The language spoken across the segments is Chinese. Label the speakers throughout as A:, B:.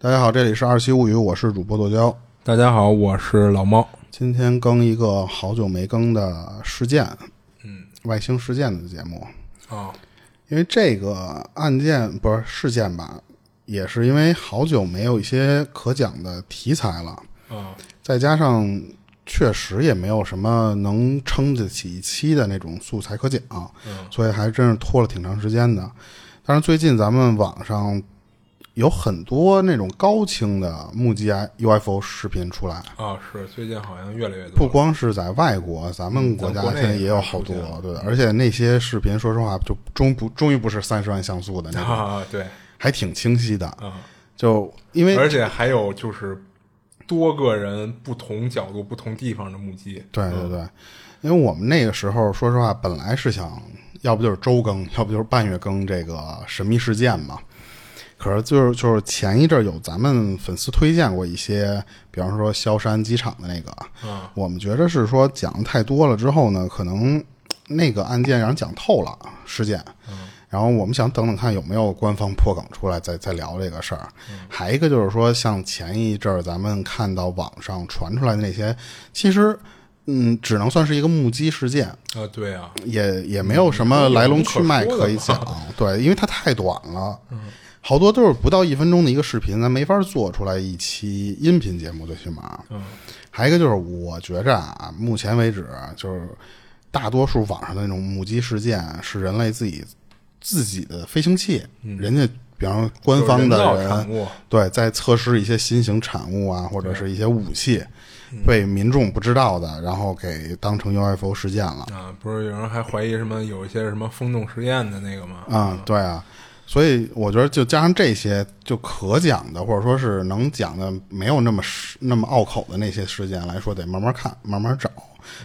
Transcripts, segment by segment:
A: 大家好，这里是《二七物语》，我是主播剁椒。
B: 大家好，我是老猫。
A: 今天更一个好久没更的事件，嗯，外星事件的节目。
B: 啊、
A: 因为这个案件不是事件吧，也是因为好久没有一些可讲的题材了，
B: 啊，
A: 再加上确实也没有什么能撑得起一期的那种素材可讲，所以还真是拖了挺长时间的。但是最近咱们网上有很多那种高清的目击 I- UFO 视频出来，
B: 啊，是最近好像越来越多
A: 不
B: 了。
A: 光是在外国，咱们国家
B: 嗯咱国
A: 现
B: 内啊
A: 在也有好多
B: 也有，
A: 对的。而且那些视频，说实话，就终不终于不是三十万像素的那种，
B: 啊，对，
A: 还挺清晰的。
B: 啊，
A: 就因为
B: 而且还有就是多个人不同角度、不同地方的目击。
A: 对对对，因为我们那个时候，说实话，本来是想要不就是周更，要不就是半月更这个神秘事件嘛。可是就是就是前一阵儿有咱们粉丝推荐过一些，比方说萧山机场的那个，
B: 啊，
A: 我们觉得是说讲得太多了之后呢，可能那个案件让人讲透了事件，然后我们想等等看有没有官方破梗出来再再聊这个事儿。还一个就是说，像前一阵儿咱们看到网上传出来的那些，其实嗯，只能算是一个目击事件，
B: 啊，对啊，
A: 也也没有什么来龙去脉可以讲
B: 有什么可说的，
A: 对，因为它太短了，好多都是不到一分钟的一个视频，咱没法做出来一期音频节目，最起码。
B: 嗯，
A: 还有一个就是，我觉着啊，目前为止就是大多数网上的那种目击事件是人类自己自己的飞行器，人家比方说官方的
B: 嗯有人造
A: 人
B: 产物，
A: 对，在测试一些新型产物啊，或者是一些武器，被民众不知道的，然后给当成 UFO 事件了。
B: 啊，不是有人还怀疑什么有一些什么风洞实验的那个吗？
A: 啊、对啊，所以我觉得就加上这些就可讲的，或者说是能讲的没有那么实那么拗口的那些事件来说，得慢慢看，慢慢找。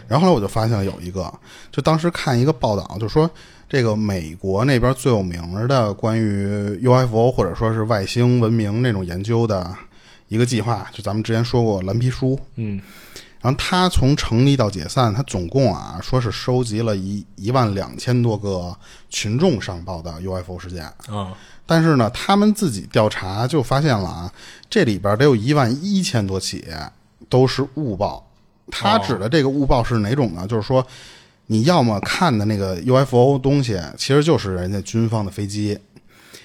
A: 然后后来我就发现了有一个，就当时看一个报道，就说这个美国那边最有名的关于 UFO 或者说是外星文明那种研究的一个计划，就咱们之前说过蓝皮书，
B: 嗯，
A: 然后他从成立到解散，他总共啊说是收集了一一万两千多个群众上报的 UFO 事件，
B: 啊，
A: 但是呢，他们自己调查就发现了啊，这里边得有一万一千多起都是误报。他指的这个误报是哪种呢？就是说，你要么看的那个 UFO 东西，其实就是人家军方的飞机，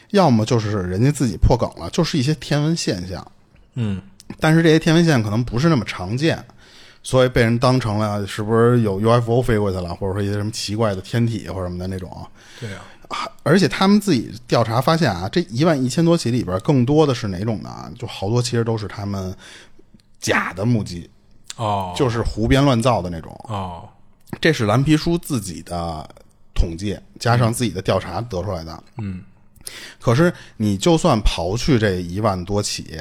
A: 要么就是人家自己破梗了，就是一些天文现象。
B: 嗯，
A: 但是这些天文现可能不是那么常见，所以被人当成了是不是有 UFO 飞过去了，或者说一些什么奇怪的天体或者什么的那种。
B: 对啊，
A: 而且他们自己调查发现啊，这一万一千多起里边，更多的是哪种呢？就好多其实都是他们假的目击，
B: 哦，
A: 就是胡编乱造的那种。
B: 哦，
A: 这是蓝皮书自己的统计，加上自己的调查得出来的。
B: 嗯，
A: 可是你就算刨去这一万多起，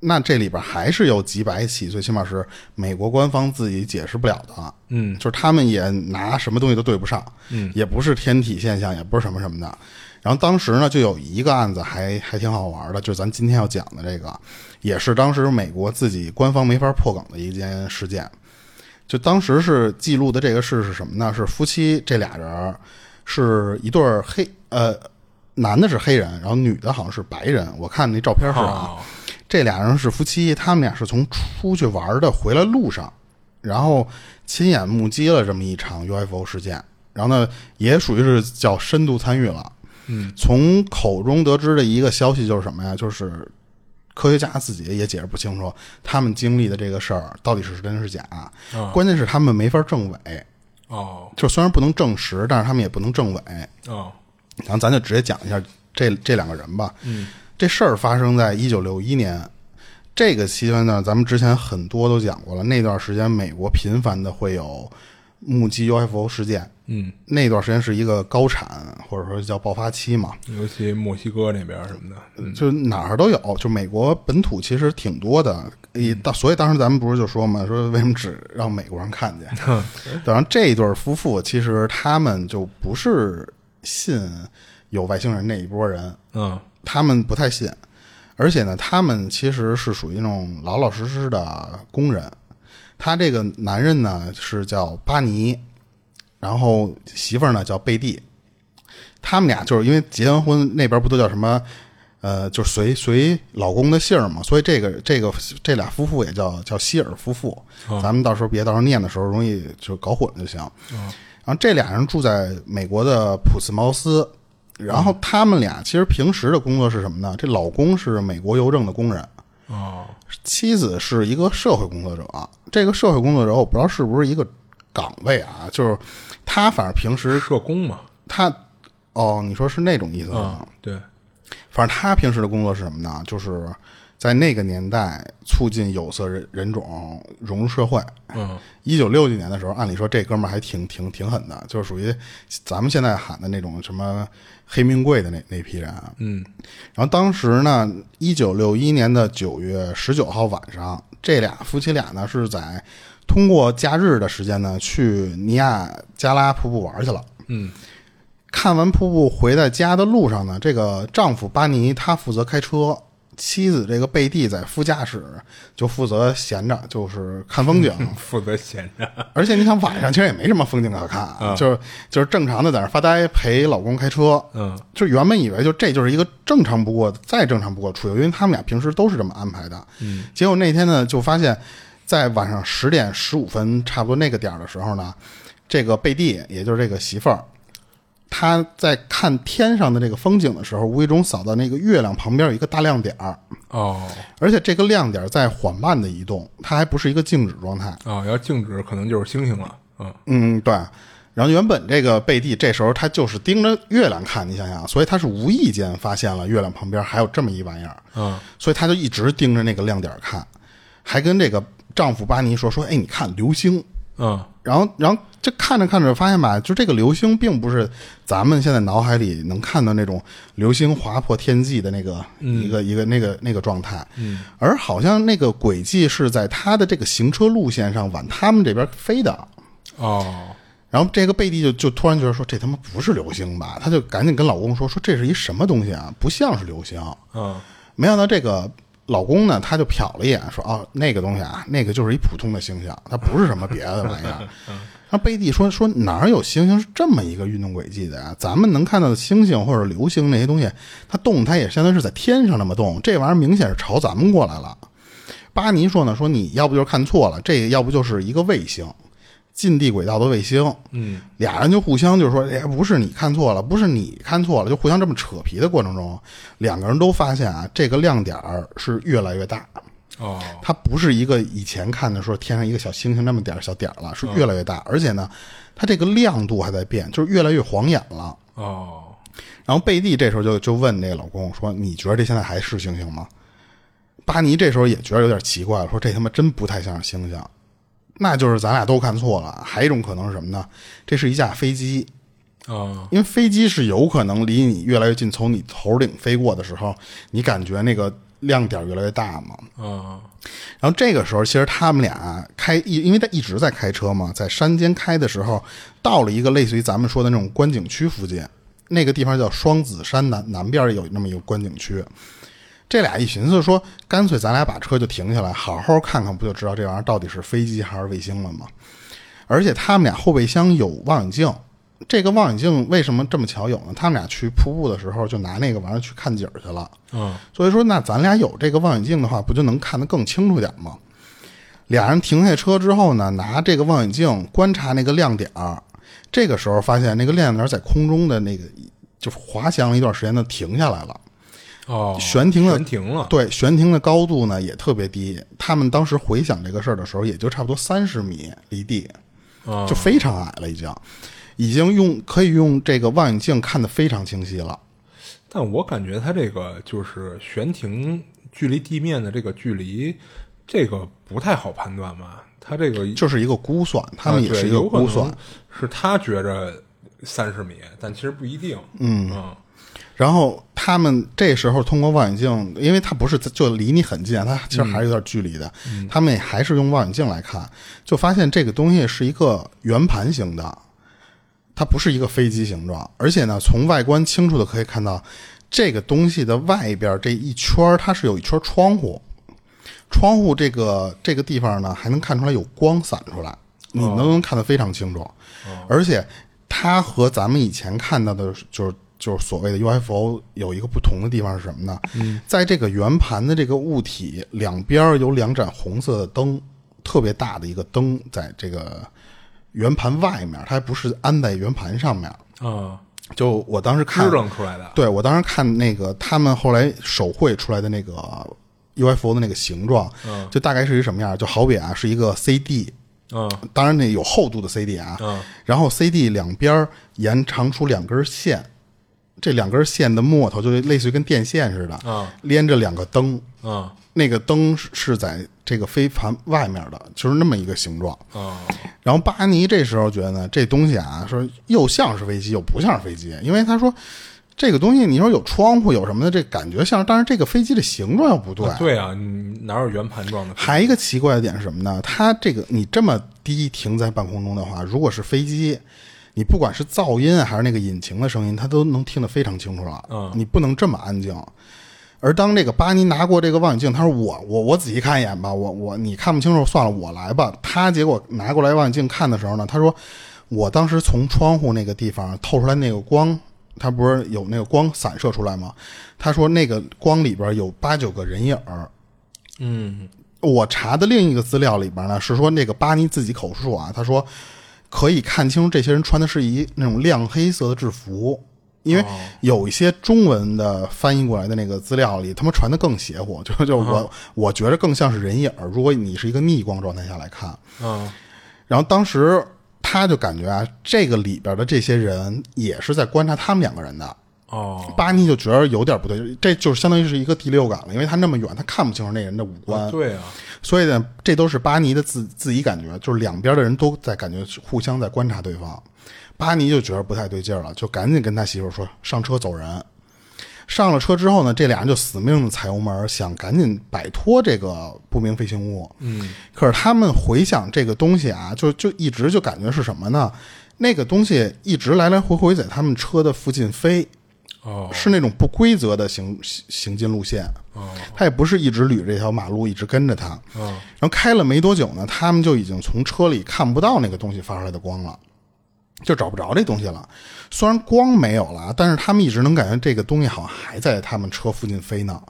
A: 那这里边还是有几百起，最起码是美国官方自己解释不了的。
B: 嗯，
A: 就是他们也拿什么东西都对不上，
B: 嗯，
A: 也不是天体现象，也不是什么什么的。然后当时呢，就有一个案子还还挺好玩的，就是咱今天要讲的这个，也是当时美国自己官方没法破梗的一件事件。就当时是记录的这个事是什么呢？是夫妻这俩人儿是一对儿黑呃，男的是黑人，然后女的好像是白人。我看那照片是啊，
B: 哦，
A: 这俩人是夫妻，他们俩是从出去玩的回来路上，然后亲眼目击了这么一场 UFO 事件，然后呢，也属于是叫深度参与了。
B: 嗯，
A: 从口中得知的一个消息就是什么呀？就是科学家自己也解释不清楚，他们经历的这个事儿到底是真是假。
B: 啊
A: 关键是他们没法证伪，
B: 哦，
A: 就虽然不能证实，但是他们也不能证伪。
B: 哦，
A: 然后咱就直接讲一下这这两个人吧。嗯，这事儿发生在一九六一年，这个期间呢，咱们之前很多都讲过了。那段时间，美国频繁的会有目击 UFO 事件，
B: 嗯，
A: 那段时间是一个高产或者说叫爆发期嘛，
B: 尤其墨西哥那边什么的，
A: 就哪儿都有，就美国本土其实挺多的。以当所以当时咱们不是就说嘛，说为什么只让美国人看见？
B: 嗯
A: 对然后这一对儿夫妇其实他们就不是信有外星人那一波人，
B: 嗯，
A: 他们不太信，而且呢，他们其实是属于那种老老实实的工人。他这个男人呢是叫巴尼，然后媳妇儿呢叫贝蒂。他们俩就是因为结完婚，那边不都叫什么呃，就是随随老公的姓儿嘛，所以这个这个这俩夫妇也叫叫希尔夫妇，咱们到时候别到时候念的时候容易就搞混就行。然后这俩人住在美国的普斯茅斯，然后他们俩其实平时的工作是什么呢？这老公是美国邮政的工人，
B: 哦，
A: 妻子是一个社会工作者。这个社会工作者我不知道是不是一个岗位啊，就是他反正平时
B: 社工嘛，
A: 他哦，你说是那种意思吗？
B: 啊，对，
A: 反正他平时的工作是什么呢？就是在那个年代促进有色人人种融入社会。
B: 嗯，
A: 一九六几年的时候，按理说这哥们儿还挺挺挺狠的，就是属于咱们现在喊的那种什么黑名贵的那那批人。啊
B: 嗯，
A: 然后当时呢，一九六一年的九月十九号晚上，这俩夫妻俩呢是在通过假日的时间呢去尼亚加拉瀑布玩去了。
B: 嗯，
A: 看完瀑布回在家的路上呢，这个丈夫巴尼他负责开车，妻子这个贝蒂在副驾驶就负责闲着，就是看 风景。
B: 负责闲着，
A: 而且你想晚上其实也没什么风景可看，啊就是就是正常的在那儿发呆陪老公开车，
B: 嗯
A: 就原本以为就这就是一个正常不过、再正常不过的出游，因为他们俩平时都是这么安排的。嗯，结果那天呢，就发现，在晚上十点十五分差不多那个点儿的时候呢，这个贝蒂，也就是这个媳妇儿，她在看天上的这个风景的时候，无意中扫到那个月亮旁边有一个大亮点儿，
B: 哦
A: 而且这个亮点儿在缓慢的移动，它还不是一个静止状态。
B: 哦，要静止可能就是星星了，嗯
A: 嗯，对。然后原本这个贝蒂这时候她就是盯着月亮看，你想想，所以她是无意间发现了月亮旁边还有这么一玩意儿，
B: 嗯，
A: 所以她就一直盯着那个亮点儿看，还跟这个丈夫巴尼说说，哎，你看流星。
B: 嗯
A: 然后，然后这看着看着发现吧，就这个流星并不是咱们现在脑海里能看到那种流星划破天际的那个、一个一个那个那个状态，嗯，而好像那个轨迹是在他的这个行车路线上往他们这边飞的，
B: 哦
A: 然后这个贝蒂就就突然觉得说这他妈不是流星吧，她就赶紧跟老公说说这是一什么东西啊，不像是流星。
B: 嗯
A: 没想到这个老公呢，他就瞟了一眼说哦那个东西啊，那个就是一普通的星星，它不是什么别的玩意儿。然后贝蒂说说哪儿有星星是这么一个运动轨迹的呀？咱们能看到的星啊星或者流星那些东西，它动它也相当于是在天上那么动，这玩意儿明显是朝咱们过来了。巴尼说呢，说你要不就是看错了，这要不就是一个卫星，近地轨道的卫星。
B: 嗯
A: 俩人就互相就说：“哎，不是你看错了，不是你看错了。”就互相这么扯皮的过程中，两个人都发现啊，这个亮点儿是越来越大，
B: 哦
A: 它不是一个以前看的说天上一个小星星那么点儿小点儿了，是越来越大，而且呢，它这个亮度还在变，就是越来越晃眼了。
B: 哦
A: 然后贝蒂这时候就就问这个老公说：“你觉得这现在还是星星吗？”巴尼这时候也觉得有点奇怪了，说：“这他妈真不太像是星星，那就是咱俩都看错了。还有一种可能是什么呢？这是一架飞机。”
B: 哦
A: 因为飞机是有可能离你越来越近，从你头顶飞过的时候，你感觉那个亮点越来越大嘛。
B: 哦
A: 然后这个时候，其实他们俩开一，因为他一直在开车嘛，在山间开的时候，到了一个类似于咱们说的那种观景区附近，那个地方叫双子山南南边有那么一个观景区。这俩一寻思说，干脆咱俩把车就停下来，好好看看，不就知道这玩意儿到底是飞机还是卫星了吗？而且他们俩后备箱有望远镜，这个望远镜为什么这么巧有呢？他们俩去瀑布的时候就拿那个玩意儿去看景儿去了。
B: 嗯
A: 所以说，那咱俩有这个望远镜的话，不就能看得更清楚点吗？俩人停下车之后呢，拿这个望远镜观察那个亮点儿。这个时候发现那个亮点儿在空中的那个就是滑翔了一段时间呢，停下来了。
B: 哦，
A: 悬停的
B: 悬停了，
A: 对，悬停的高度呢也特别低。他们当时回想这个事儿的时候，也就差不多三十米离地，
B: 嗯
A: 就非常矮了，已经，已经用可以用这个望远镜看得非常清晰了。
B: 但我感觉它这个就是悬停距离地面的这个距离，这个不太好判断吧？它这个
A: 就是一个估算，他们
B: 啊
A: 也
B: 对
A: 是一个
B: 有可
A: 估算。
B: 能是他觉着三十米，但其实不一定。嗯
A: 然后他们这时候通过望远镜，因为它不是就离你很近，它其实还是有点距离的。他们还是用望远镜来看，就发现这个东西是一个圆盘形的，它不是一个飞机形状。而且呢，从外观清楚的可以看到，这个东西的外边这一圈儿它是有一圈窗户，窗户这个这个地方呢，还能看出来有光散出来，你都能看得非常清楚，而且它和咱们以前看到的，就是就是所谓的 UFO 有一个不同的地方是什么呢？在这个圆盘的这个物体两边儿有两盏红色的灯，特别大的一个灯，在这个圆盘外面，它还不是安在圆盘上面。
B: 啊，
A: 就我当时看
B: 支棱出来的，
A: 对我当时看那个他们后来手绘出来的那个 UFO 的那个形状，就大概是一什么样儿？就好比啊，是一个 CD，
B: 嗯
A: 当然那有厚度的 CD 啊，
B: 嗯
A: 然后 CD 两边儿延长出两根线，这两根线的末头就类似于跟电线似的，
B: 嗯
A: 连着两个灯，
B: 嗯
A: 那个灯是是在这个飞盘外面的，就是那么一个形状。
B: 嗯
A: 然后巴尼这时候觉得呢，这东西啊，说又像是飞机，又不像是飞机，因为他说这个东西，你说有窗户有什么的，这感觉像，但是这个飞机的形状又不对。
B: 对啊，你哪有圆盘状的？
A: 还一个奇怪的点是什么呢？它这个你这么低停在半空中的话，如果是飞机，你不管是噪音还是那个引擎的声音，它都能听得非常清楚了。
B: 嗯
A: 你不能这么安静。而当这个巴尼拿过这个望远镜，他说我我我仔细看一眼吧，我我你看不清楚，算了，我来吧。他结果拿过来望远镜看的时候呢，他说我当时从窗户那个地方透出来那个光，它不是有那个光散射出来吗？他说那个光里边有八九个人影儿。
B: 嗯
A: 我查的另一个资料里边呢，是说那个巴尼自己口述啊，他说可以看清这些人穿的是一那种亮黑色的制服，因为有一些中文的翻译过来的那个资料里，他们传的更邪乎，就就我、我觉得更像是人影儿。如果你是一个逆光状态下来看，
B: 嗯
A: 然后当时他就感觉啊，这个里边的这些人也是在观察他们两个人的。
B: 哦，
A: 巴尼就觉得有点不对，这就是相当于是一个第六感了，因为他那么远，他看不清楚那人的五官。
B: 对啊，
A: 所以呢，这都是巴尼的自自己感觉，就是两边的人都在感觉互相在观察对方。巴尼就觉得不太对劲儿了，就赶紧跟他媳妇儿说上车走人。上了车之后呢，这俩人就死命的踩油门，想赶紧摆脱这个不明飞行物。嗯，可是他们回想这个东西啊，就就一直就感觉是什么呢？那个东西一直来来回回在他们车的附近飞，
B: 哦
A: 是那种不规则的行行行进路线。
B: 哦
A: 他也不是一直捋这条马路，一直跟着他。
B: 哦
A: 然后开了没多久呢，他们就已经从车里看不到那个东西发出来的光了，就找不着这东西了。虽然光没有了，但是他们一直能感觉这个东西好像还在他们车附近飞呢。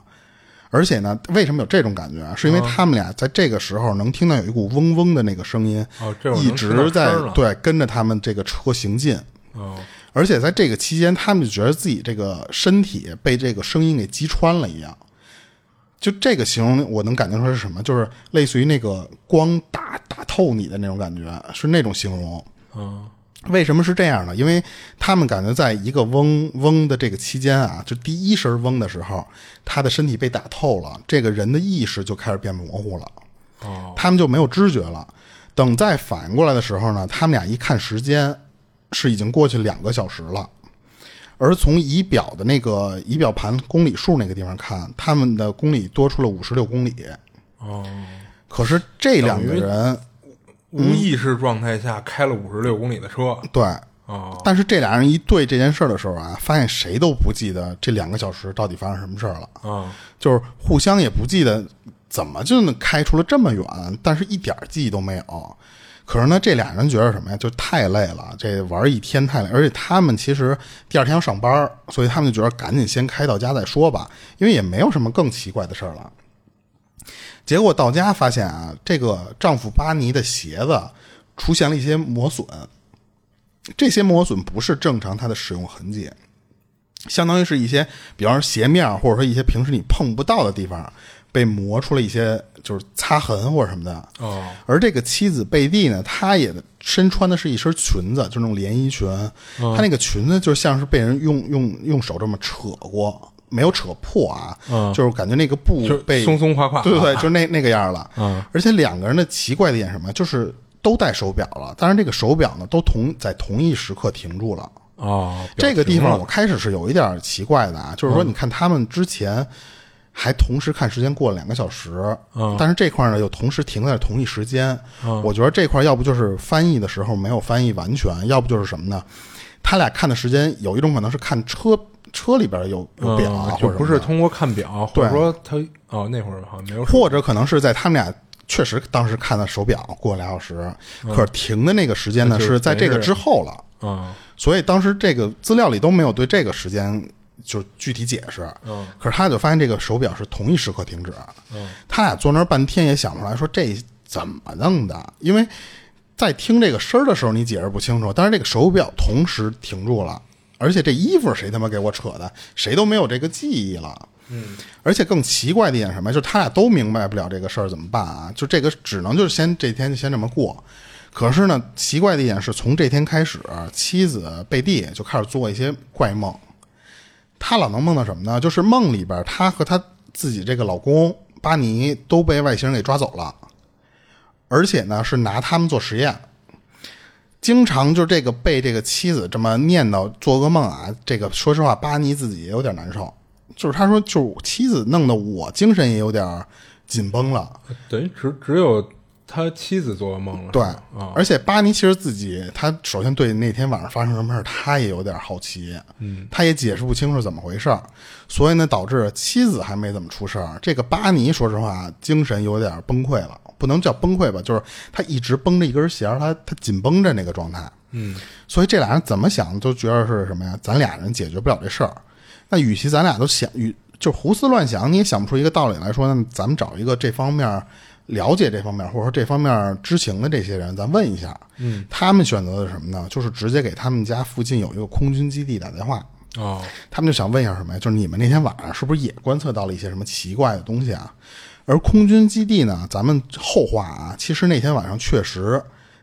A: 而且呢，为什么有这种感觉啊？是因
B: 哦
A: 为他们俩在这个时候能听到有一股嗡嗡的那个声音，
B: 哦，这会儿
A: 一
B: 能听到
A: 直在
B: 声儿了
A: 对跟着他们这个车行进。
B: 哦
A: 而且在这个期间，他们就觉得自己这个身体被这个声音给击穿了一样。就这个形容，我能感觉出来是什么？就是类似于那个光打打透你的那种感觉，是那种形容。
B: 嗯
A: 为什么是这样呢？因为他们感觉在一个嗡嗡的这个期间啊，就第一声嗡的时候，他的身体被打透了，这个人的意识就开始变模糊了。
B: 哦
A: 他们就没有知觉了。等再反应过来的时候呢，他们俩一看时间，是已经过去两个小时了。而从仪表的那个仪表盘公里数那个地方看，他们的公里多出了五十六公里。
B: 哦。
A: 可是这两个人，
B: 无
A: 嗯
B: 意识状态下开了五十六公里的车
A: 对，
B: 哦，
A: 但是这俩人一对这件事儿的时候啊，发现谁都不记得这两个小时到底发生什么事儿了，
B: 啊
A: 就是互相也不记得怎么就能开出了这么远，但是一点儿记忆都没有。可是呢，这俩人觉得什么呀？就太累了，这玩一天太累，而且他们其实第二天要上班儿，所以他们就觉得赶紧先开到家再说吧，因为也没有什么更奇怪的事儿了。结果到家发现啊，这个丈夫巴尼的鞋子出现了一些磨损，这些磨损不是正常它的使用痕迹，相当于是一些，比方说鞋面儿或者说一些平时你碰不到的地方，被磨出了一些就是擦痕或者什么的。
B: 哦
A: 而这个妻子贝蒂呢，她也身穿的是一身裙子，就那种连衣裙。
B: 嗯
A: 她那个裙子就像是被人用用用手这么扯过，没有扯破啊，
B: 嗯
A: 就是感觉那个布
B: 就是
A: 被
B: 松松垮 垮
A: 对对对，就那那个样儿了。
B: 嗯，
A: 而且两个人的奇怪的点是什么，就是都戴手表了，但是这个手表呢，都同在同一时刻停住了。
B: 哦，
A: 这个地方
B: 表情
A: 我
B: 了嗯
A: 开始是有一点奇怪的啊，就是说，你看他们之前还同时看时间过了两个小时，
B: 嗯
A: 但是这块呢又同时停在同一时间，我觉得这块要不就是翻译的时候没有翻译完全，要不就是什么呢？他俩看的时间有一种可能是看车车里边有有表啊，
B: 嗯
A: 或
B: 就
A: 者
B: 不
A: 什么的
B: 是通过看表，或
A: 对啊
B: 者说他哦那会儿好像没有
A: 或者可能是在他们俩确实当时看的手表过了俩小时，可是停的那个时间呢
B: 就是
A: 在这个
B: 等于是
A: 之后了。
B: 嗯
A: 所以当时这个资料里都没有对这个时间就是具体解释。
B: 嗯，
A: 可是他就发现这个手表是同一时刻停止。
B: 嗯，
A: 他俩坐那儿半天也想不出来，说这怎么弄的？因为在听这个声儿的时候，你解释不清楚，但是这个手表同时停住了，而且这衣服是谁他妈给我扯的？谁都没有这个记忆了。嗯，而且更奇怪的一点是什么？就是他俩都明白不了这个事儿怎么办啊？就这个只能就是先这天就先这么过。可是呢，奇怪的一点是从这天开始，妻子贝蒂就开始做一些怪梦。她老能梦到什么呢？就是梦里边，她和她自己这个老公巴尼都被外星人给抓走了，而且呢是拿他们做实验。经常就这个被这个妻子这么念叨做噩梦啊，这个说实话，巴尼自己也有点难受。就是他说，就是妻子弄得我精神也有点紧绷了。
B: 等于只只有他妻子做噩梦了。
A: 对
B: 是吧啊，
A: 而且巴尼其实自己，他首先对那天晚上发生什么事儿，他也有点好奇，嗯，他也解释不清楚怎么回事儿，所以呢，导致妻子还没怎么出事儿。这个巴尼说实话，精神有点崩溃了，不能叫崩溃吧，就是他一直绷着一根弦儿，他他紧绷着那个状态，嗯，所以这俩人怎么想都觉得是什么呀？咱俩人解决不了这事儿，那与其咱俩都想与就胡思乱想，你也想不出一个道理来说，那咱们找一个这方面儿了解这方面儿或者说这方面儿知情的这些人，咱问一下，嗯，他们选择的是什么呢？就是直接给他们家附近有一个空军基地打电话，
B: 哦，
A: 他们就想问一下什么呀？就是你们那天晚上是不是也观测到了一些什么奇怪的东西啊？而空军基地呢，咱们后话啊，其实那天晚上确实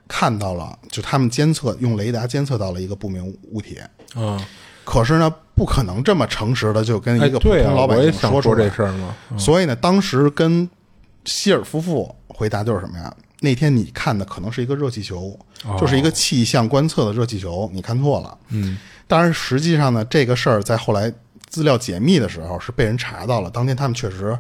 A: 看到了，就他们监测用雷达监测到了一个不明物体，
B: 嗯，
A: 可是呢，不可能这么诚实的就跟
B: 哎，
A: 一个普
B: 对啊
A: 通，老百
B: 我也
A: 姓
B: 想
A: 出来
B: 这事儿嘛。
A: 所以呢，当时跟希尔夫妇回答就是什么呀？那天你看的可能是一个热气球，就是一个气象观测的热气球，你看错了。嗯，当然实际上呢，这个事儿在后来资料解密的时候是被人查到了，当天他们确实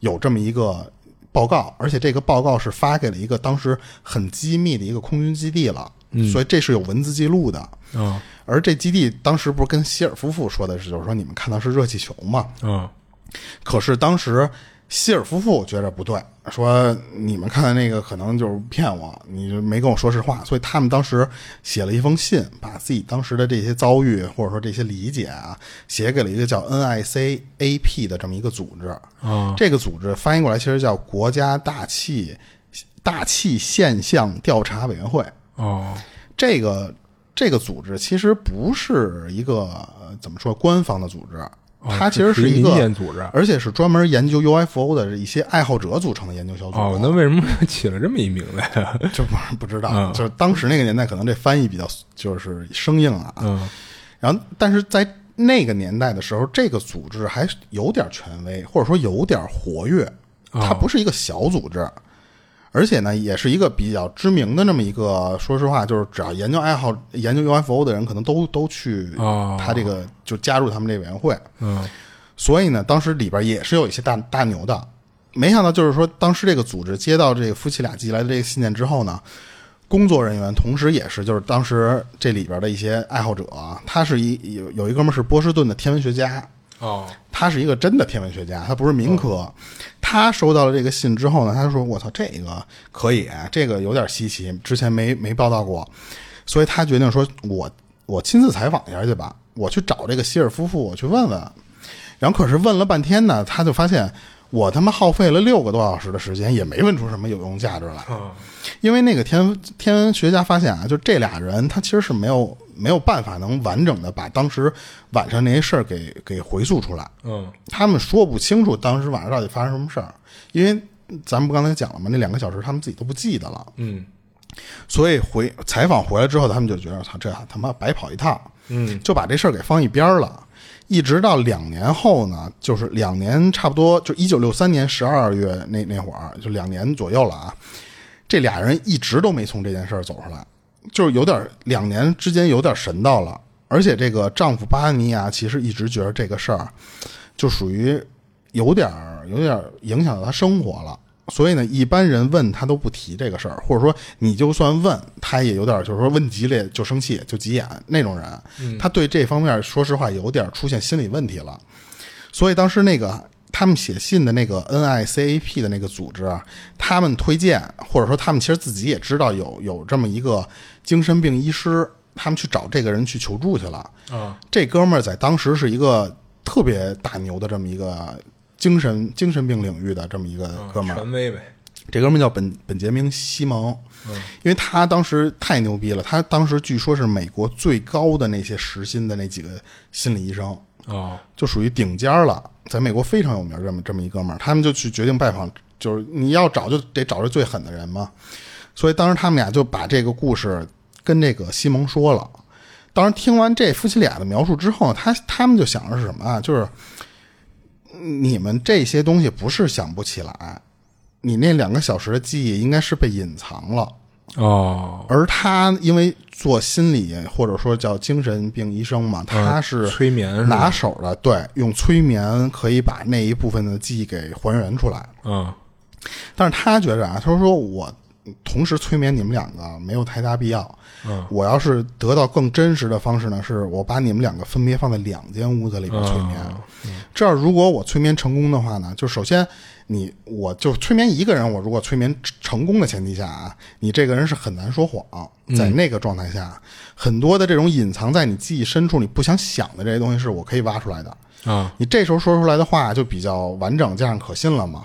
A: 有这么一个报告，而且这个报告是发给了一个当时很机密的一个空军基地了，所以这是有文字记录的。
B: 嗯
A: 而这基地当时不是跟希尔夫妇说的是，就是说你们看到是热气球嘛？
B: 嗯
A: 可是当时希尔夫妇觉着不对，说你们看的那个可能就是骗我，你就没跟我说实话，所以他们当时写了一封信，把自己当时的这些遭遇或者说这些理解啊，写给了一个
B: 啊
A: 叫 NICAP 的这么一个组织。
B: 嗯
A: 这个组织翻译过来其实叫国家大气大气现象调查委员会。
B: 哦
A: 这个这个组织其实不是一个呃怎么说官方的组织，
B: 哦，
A: 它其实
B: 是
A: 是一个
B: 民间组织。
A: 而且是专门研究 UFO 的一些爱好者组成的研究小组。
B: 哦，那为什么起了这么一名啊字呀？
A: 就不不知道，
B: 嗯
A: 就是当时那个年代可能这翻译比较就是生硬啊。
B: 嗯
A: 然后，但是在那个年代的时候，这个组织还有点权威，或者说有点活跃。
B: 哦
A: 它不是一个小组织，而且呢，也是一个比较知名的那么一个。说实话，就是只要研究爱好、研究 UFO 的人，可能都都去
B: 哦
A: 他这个就加入他们这委员会。
B: 嗯
A: 所以呢，当时里边也是有一些大大牛的。没想到，就是说，当时这个组织接到这个夫妻俩寄来的这个信件之后呢，工作人员同时也是就是当时这里边的一些爱好者啊，他是一有有一哥们儿是波士顿的天文学家，
B: 哦
A: 他是一个真的天文学家，他不是民科。他收到了这个信之后呢，他说：“我操，这个可以，啊这个有点稀奇，之前没没报道过。”所以他决定说：“我我亲自采访一下去吧，我去找这个希尔夫妇，我去问问。”然后可是问了半天呢，他就发现我他妈耗费了六个多小时的时间，也没问出什么有用价值来。
B: 嗯
A: 因为那个天天文学家发现啊，就这俩人他其实是没有没有办法能完整的把当时晚上那些事儿给给回溯出来。
B: 嗯
A: 他们说不清楚当时晚上到底发生什么事儿，因为咱们不刚才讲了吗？那两个小时他们自己都不记得了，
B: 嗯
A: 所以回采访回来之后，他们就觉得操，这他妈白跑一趟，
B: 嗯，
A: 就把这事儿给放一边儿了。一直到两年后呢，就是两年差不多，就一九六三年十二月那那会儿，就两年左右了啊。这俩人一直都没从这件事儿走出来，就是有点儿两年之间有点儿神到了。而且这个丈夫巴尼亚其实一直觉得这个事儿就属于有点儿有点儿影响到他生活了。所以呢，一般人问他都不提这个事儿，或者说你就算问他也有点儿就是说问急了就生气就急眼那种人，他对这方面说实话有点儿出现心理问题了。所以当时那个他们写信的那个 NICAP 的那个组织啊，他们推荐或者说他们其实自己也知道有有这么一个精神病医师，他们去找这个人去求助去了。
B: 啊，
A: 这哥们儿在当时是一个特别大牛的这么一个精神精神病领域的这么一个
B: 啊
A: 哥们儿，
B: 嗯权威呗，
A: 这哥们儿叫本本杰明·西蒙，因为他当时太牛逼了，他当时据说是美国最高的那些时薪的那几个心理医生，
B: 哦，
A: 就属于顶尖儿了，在美国非常有名儿这么这么一哥们儿，他们就去决定拜访，就是你要找就得找这最狠的人嘛。所以当时他们俩就把这个故事跟这个西蒙说了。当时听完这夫妻俩的描述之后，他他们就想的是什么啊？就是你们这些东西不是想不起来，你那两个小时的记忆应该是被隐藏了。
B: 哦，
A: 而他因为做心理或者说叫精神病医生嘛，他是
B: 催眠是吧？
A: 拿手的，对，用催眠可以把那一部分的记忆给还原出来。
B: 嗯，
A: 但是他觉着啊，他说我同时催眠你们两个没有太大必要。
B: 嗯，
A: 我要是得到更真实的方式呢，是我把你们两个分别放在两间屋子里边催眠。这样如果我催眠成功的话呢，就首先你我就催眠一个人，我如果催眠成功的前提下啊，你这个人是很难说谎，在那个状态下，很多的这种隐藏在你记忆深处你不想想的这些东西，是我可以挖出来的。
B: 啊，
A: 你这时候说出来的话就比较完整，加上可信了嘛。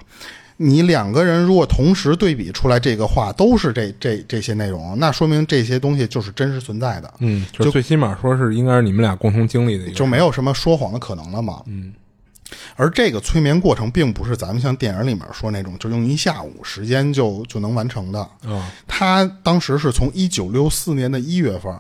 A: 你两个人如果同时对比出来这个话都是这这这些内容，那说明这些东西就是真实存在的，
B: 嗯，就是最起码说是应该是你们俩共同经历的一个，
A: 就没有什么说谎的可能了嘛。嗯。而这个催眠过程并不是咱们像电影里面说那种就用一下午时间就就能完成的。
B: 啊，
A: 他当时是从一九六四年的一月份，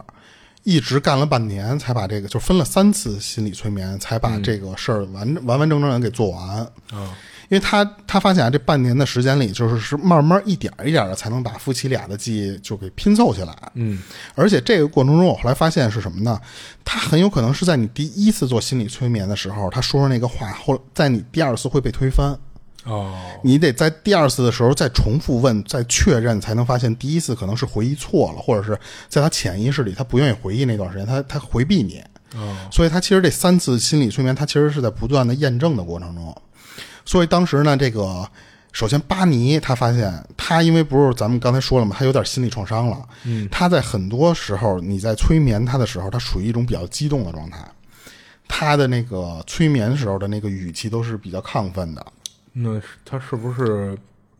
A: 一直干了半年，才把这个就分了三次心理催眠，才把这个事儿完完完整整的给做完。
B: 嗯啊，
A: 因为他他发现啊，这半年的时间里，就是是慢慢一点儿一点的才能把夫妻俩的记忆就给拼凑起来。
B: 嗯，
A: 而且这个过程中，我后来发现是什么呢？他很有可能是在你第一次做心理催眠的时候，他说的那个话，后在你第二次会被推翻。
B: 哦，
A: 你得在第二次的时候再重复问、再确认，才能发现第一次可能是回忆错了，或者是在他潜意识里他不愿意回忆那段时间，他他回避你。
B: 哦，
A: 所以他其实这三次心理催眠，他其实是在不断的验证的过程中。所以当时呢，这个首先巴尼他发现他因为不是咱们刚才说了嘛，他有点心理创伤了。嗯，他在很多时候你在催眠他的时候，他属于一种比较激动的状态。他的那个催眠时候的那个语气都是比较亢奋的，
B: 那是他是不是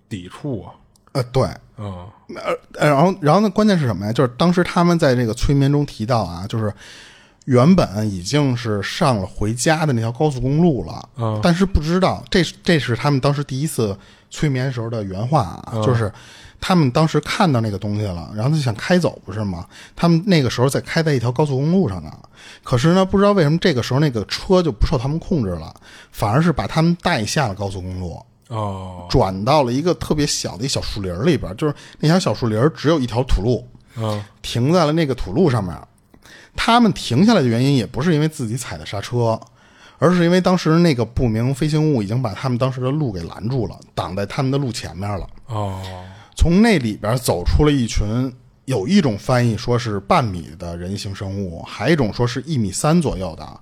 B: 抵触啊？
A: 呃，对，
B: 啊，
A: 呃，然后，然后呢？关键是什么呀？就是当时他们在这个催眠中提到啊，就是原本已经是上了回家的那条高速公路了，
B: 嗯
A: 但是不知道这是这是他们当时第一次催眠时候的原话啊，就是他们当时看到那个东西了，然后就想开走，不是吗？他们那个时候在开在一条高速公路上呢，可是呢，不知道为什么这个时候那个车就不受他们控制了，反而是把他们带下了高速公路。
B: 哦，
A: 转到了一个特别小的一小树林儿里边儿，就是那条小树林儿只有一条土路，
B: 啊，
A: 停在了那个土路上面。他们停下来的原因也不是因为自己踩的刹车，而是因为当时那个不明飞行物已经把他们当时的路给拦住了，挡在他们的路前面了。
B: 哦，
A: 从那里边走出了一群，有一种翻译说是半米的人形生物，还有一种说是一米三左右的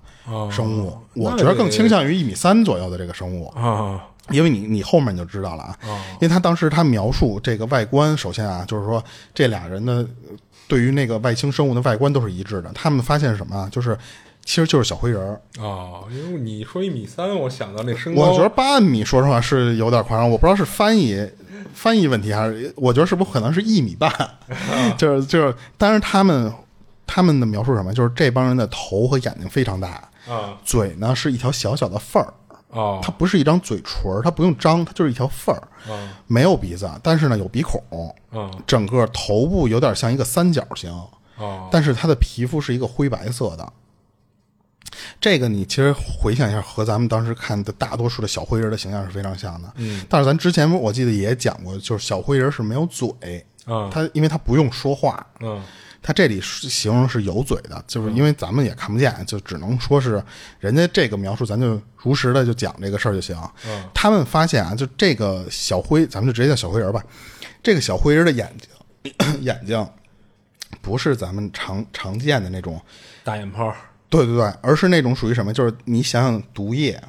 A: 生物。我觉得更倾向于一米三左右的这个生物。
B: 啊，
A: 因为你你后面你就知道了啊，因为他当时他描述这个外观，首先啊，就是说这俩人的呃对于那个外星生物的外观都是一致的。他们发现什么啊？就是其实就是小灰人儿。
B: 哦，因为你说一米三，我想到那身高，
A: 我觉得半米，说实话是有点夸张，我不知道是翻译翻译问题还是，我觉得是不是可能是一米半，就是就是，但是他们他们的描述是什么？就是这帮人的头和眼睛非常大，
B: 啊，
A: 嘴呢是一条小小的缝儿，
B: 哦，
A: 它不是一张嘴唇儿，它不用张，它就是一条缝儿。
B: 啊，
A: 没有鼻子，但是呢有鼻孔，
B: 啊，
A: 整个头部有点像一个三角形，
B: 哦，
A: 但是它的皮肤是一个灰白色的。这个你其实回想一下，和咱们当时看的大多数的小灰人的形象是非常像的。嗯，但是咱之前我记得也讲过，就是小灰人是没有嘴，
B: 啊，
A: 它因为它不用说话，
B: 嗯，
A: 它这里是形容是有嘴的，就是因为咱们也看不见，就只能说是人家这个描述，咱就如实的就讲这个事儿就行。
B: 嗯
A: 他们发现啊，就这个小灰，咱们就直接叫小灰人儿吧。这个小灰人儿的眼睛， 眼睛不是咱们常常见的那种，
B: 大眼泡，
A: 对对对，而是那种属于什么？就是你想想毒液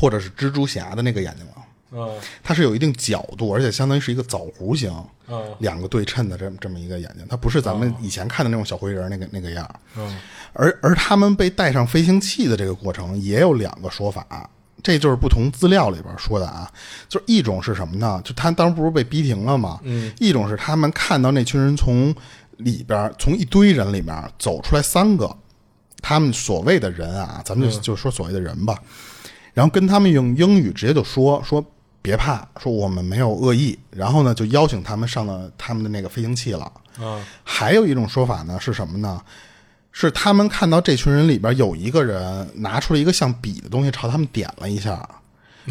A: 或者是蜘蛛侠的那个眼睛了。啊
B: 嗯
A: 它是有一定角度，而且相当于是一个枣弧形，
B: 嗯
A: 两个对称的这么这么一个眼睛，它不是咱们以前看的那种小灰人儿那个那个样儿。
B: 嗯
A: 而而他们被带上飞行器的这个过程也有两个说法，这就是不同资料里边说的啊。就是一种是什么呢？就他当时不是被逼停了吗？嗯，一种是他们看到那群人从里边从一堆人里面走出来三个，他们所谓的人啊，咱们就、就说所谓的人吧，然后跟他们用英语直接就说说。别怕，说我们没有恶意，然后呢，就邀请他们上了他们的那个飞行器了。
B: 嗯
A: 还有一种说法呢是什么呢？是他们看到这群人里边有一个人拿出了一个像笔的东西朝他们点了一下，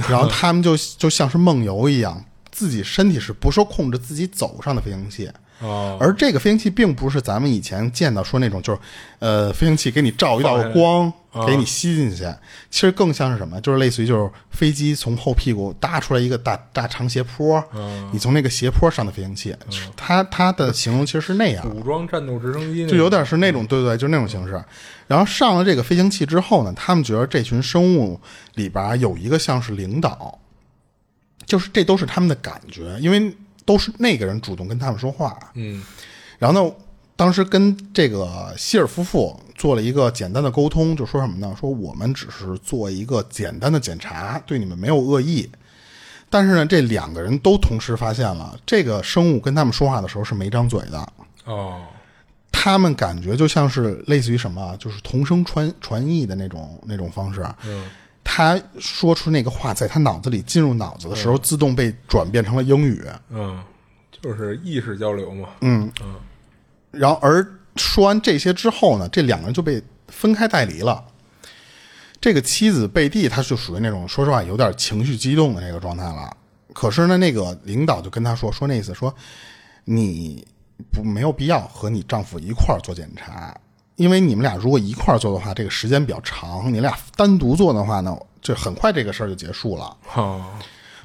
A: 然后他们就就像是梦游一样，自己身体是不受控制，自己走上的飞行器。
B: 哦
A: 而这个飞行器并不是咱们以前见到说那种就是，呃，飞行器给你照一道光，给你吸进去，其实更像是什么？就是类似于就是飞机从后屁股搭出来一个大大长斜坡，你从那个斜坡上的飞行器，它它的形容其实是那样的。
B: 武装战斗直升机那
A: 就有
B: 种
A: 点是那种，对对，就那种形式。然后上了这个飞行器之后呢，他们觉得这群生物里边儿有一个像是领导，就是这都是他们的感觉，因为都是那个人主动跟他们说话。
B: 嗯
A: 然后呢，当时跟这个希尔夫妇做了一个简单的沟通，就说什么呢？说我们只是做一个简单的检查，对你们没有恶意。但是呢，这两个人都同时发现了，这个生物跟他们说话的时候是没张嘴的。
B: 哦
A: 他们感觉就像是类似于什么啊，就是同声传传译的那种那种方式。啊
B: 嗯
A: 他说出那个话，在他脑子里进入脑子的时候，自动被转变成了英语。
B: 嗯，就是意识交流嘛。
A: 嗯然后，而说完这些之后呢，这两个人就被分开带离了。这个妻子贝蒂，她就属于那种说实话有点情绪激动的那个状态了。可是呢，那个领导就跟她说，说那意思说，你不没有必要和你丈夫一块儿做检查，因为你们俩如果一块儿做的话，这个时间比较长；你俩单独做的话呢，就很快这个事儿就结束了。
B: 哦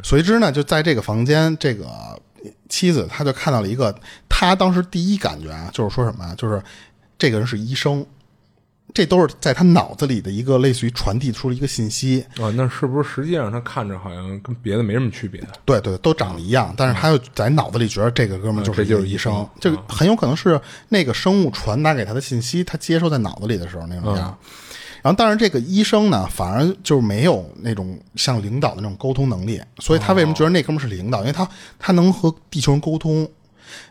A: 随之呢，就在这个房间，这个妻子她就看到了一个，她当时第一感觉啊，就是说什么啊，就是这个人是医生，这都是在她脑子里的一个类似于传递出了一个信息。
B: 啊，那是不是实际上他看着好像跟别的没什么区别？
A: 对对，都长得一样，但是她又在脑子里觉得这个哥们儿就是
B: 嗯啊这就是
A: 一个
B: 医
A: 医生
B: 生，
A: 这个很有可能是那个生物传达给她的信息，她接收在脑子里的时候那种
B: 啊
A: 样。然后，当然，这个医生呢，反而就是没有那种像领导的那种沟通能力，所以他为什么觉得那哥们儿是领导？因为他他能和地球人沟通，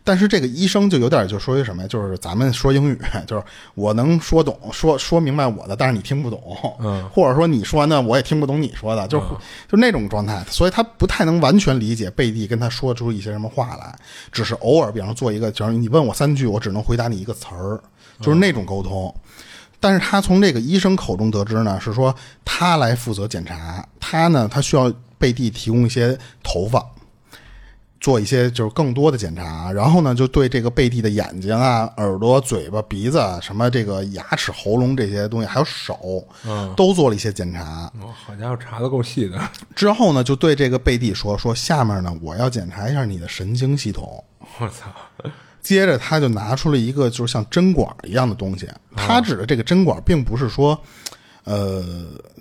A: 但是这个医生就有点就说于什么呀？就是咱们说英语， 就是我能说懂，说说明白我的，但是你听不懂，
B: 嗯，
A: 或者说你说呢，我也听不懂你说的，就是、就那种状态，所以他不太能完全理解贝蒂跟他说出一些什么话来，只是偶尔，比方说做一个，就是你问我三句，我只能回答你一个词儿，就是那种沟通。但是他从这个医生口中得知呢，是说他来负责检查，他呢，他需要贝蒂提供一些头发，做一些就是更多的检查，然后呢，就对这个贝蒂的眼睛啊、耳朵、嘴巴、鼻子啊、什么这个牙齿、喉咙这些东西，还有手，
B: 嗯，
A: 都做了一些检查。
B: 哦，好家伙，查的够细的。
A: 之后呢，就对这个贝蒂说：“说下面呢，我要检查一下你的神经系统。”
B: 我操！
A: 接着他就拿出了一个就是像针管一样的东西，
B: 啊
A: 他指的这个针管并不是说，呃，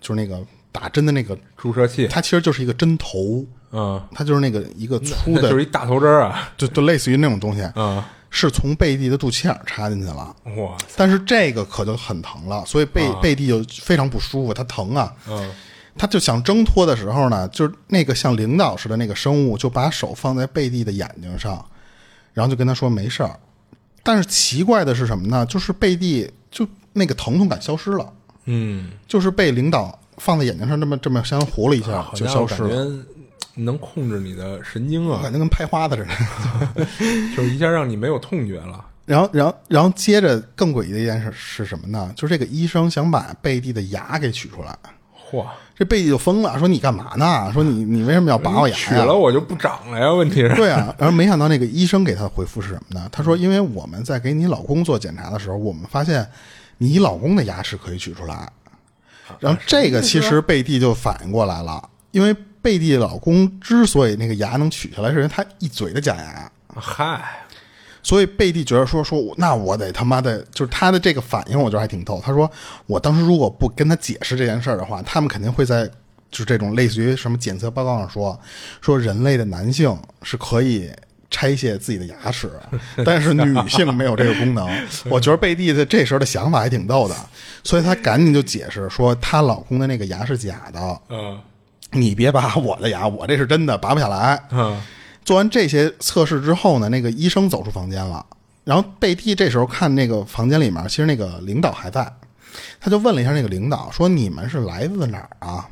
A: 就是那个打针的那个，
B: 注射器，
A: 它其实就是一个针头，
B: 嗯，
A: 它就是那个一个粗
B: 那
A: 的
B: 就是，一大头针儿啊。
A: 就就类似于那种东西，
B: 嗯，
A: 是从贝蒂的肚脐眼儿插进去了。
B: 我操，
A: 但是这个可就很疼了，所以贝、贝蒂就非常不舒服，他疼啊，
B: 啊嗯
A: 他就想挣脱的时候呢，就是那个像领导似的那个生物就把手放在贝蒂的眼睛上，然后就跟他说没事儿。但是奇怪的是什么呢？就是贝蒂就那个疼痛感消失了，
B: 嗯，
A: 就是被领导放在眼睛上这么这么相当糊了一下、
B: 啊
A: 啊
B: 好
A: 就
B: 家
A: 消
B: 伙，感
A: 失了，
B: 觉能控制你的神经
A: 我
B: 啊，
A: 感觉跟拍花子似的。嗯
B: 就是一下让你没有痛觉了。
A: 然后，然后，然后接着更诡异的一件事是什么呢？就是这个医生想把贝蒂的牙给取出来，
B: 嚯，
A: 这贝蒂就疯了，说你干嘛呢？说你你为什么要拔我牙呀？
B: 取了我就不长了呀？问题是，
A: 对啊，然后没想到那个医生给他的回复是什么呢？他说，因为我们在给你老公做检查的时候，我们发现你老公的牙齿可以取出
B: 啊
A: 来。然后这个其实贝蒂就反应过来了，因为贝蒂老公之所以那个牙能取下来，是因为他一嘴的假牙。
B: 嗨，
A: 所以贝蒂觉得说说，那我得他妈的，就是他的这个反应，我觉得还挺逗。他说，我当时如果不跟他解释这件事儿的话，他们肯定会在就这种类似于什么检测报告上说， 说人类的男性是可以拆卸自己的牙齿， 但是女性没有这个功能。我觉得贝蒂在这时候的想法还挺逗的，所以她赶紧就解释说，她老公的那个牙是假的，
B: 嗯
A: 你别拔我的牙，我这是真的，拔不下来。
B: 嗯
A: 做完这些测试之后呢，那个医生走出房间了，然后贝蒂这时候看那个房间里面，其实那个领导还在，他就问了一下那个领导说：“你们是来自哪儿啊？”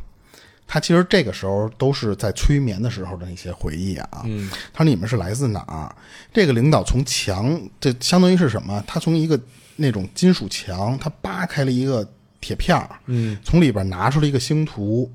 A: 他其实这个时候都是在催眠的时候的那些回忆啊。
B: 嗯
A: 他说：“你们是来自哪儿？”这个领导从墙，这相当于是什么？他从一个那种金属墙，他扒开了一个铁片儿，
B: 嗯
A: 从里边拿出了一个星图，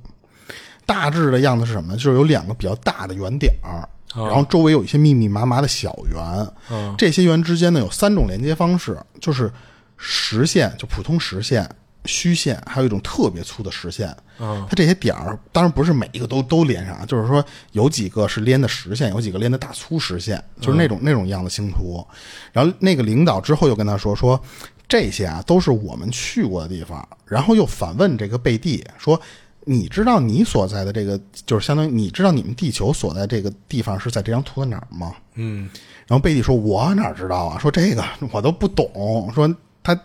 A: 大致的样子是什么呢？就是有两个比较大的圆点儿，
B: 哦
A: 然后周围有一些密密麻麻的小圆。
B: 嗯
A: 这些圆之间呢有三种连接方式，就是实线，就普通实线、虚线，还有一种特别粗的实线。
B: 嗯
A: 它这些点儿当然不是每一个都都连上啊，就是说有几个是连的实线，有几个连的大粗实线，就是那种、那种样的星图。然后那个领导之后又跟他说说这些啊都是我们去过的地方，然后又反问这个贝蒂说。你知道你所在的这个，就是相当于你知道你们地球所在这个地方是在这张图的哪儿吗？
B: 嗯
A: 然后贝蒂说：“我哪知道啊？说这个我都不懂。说他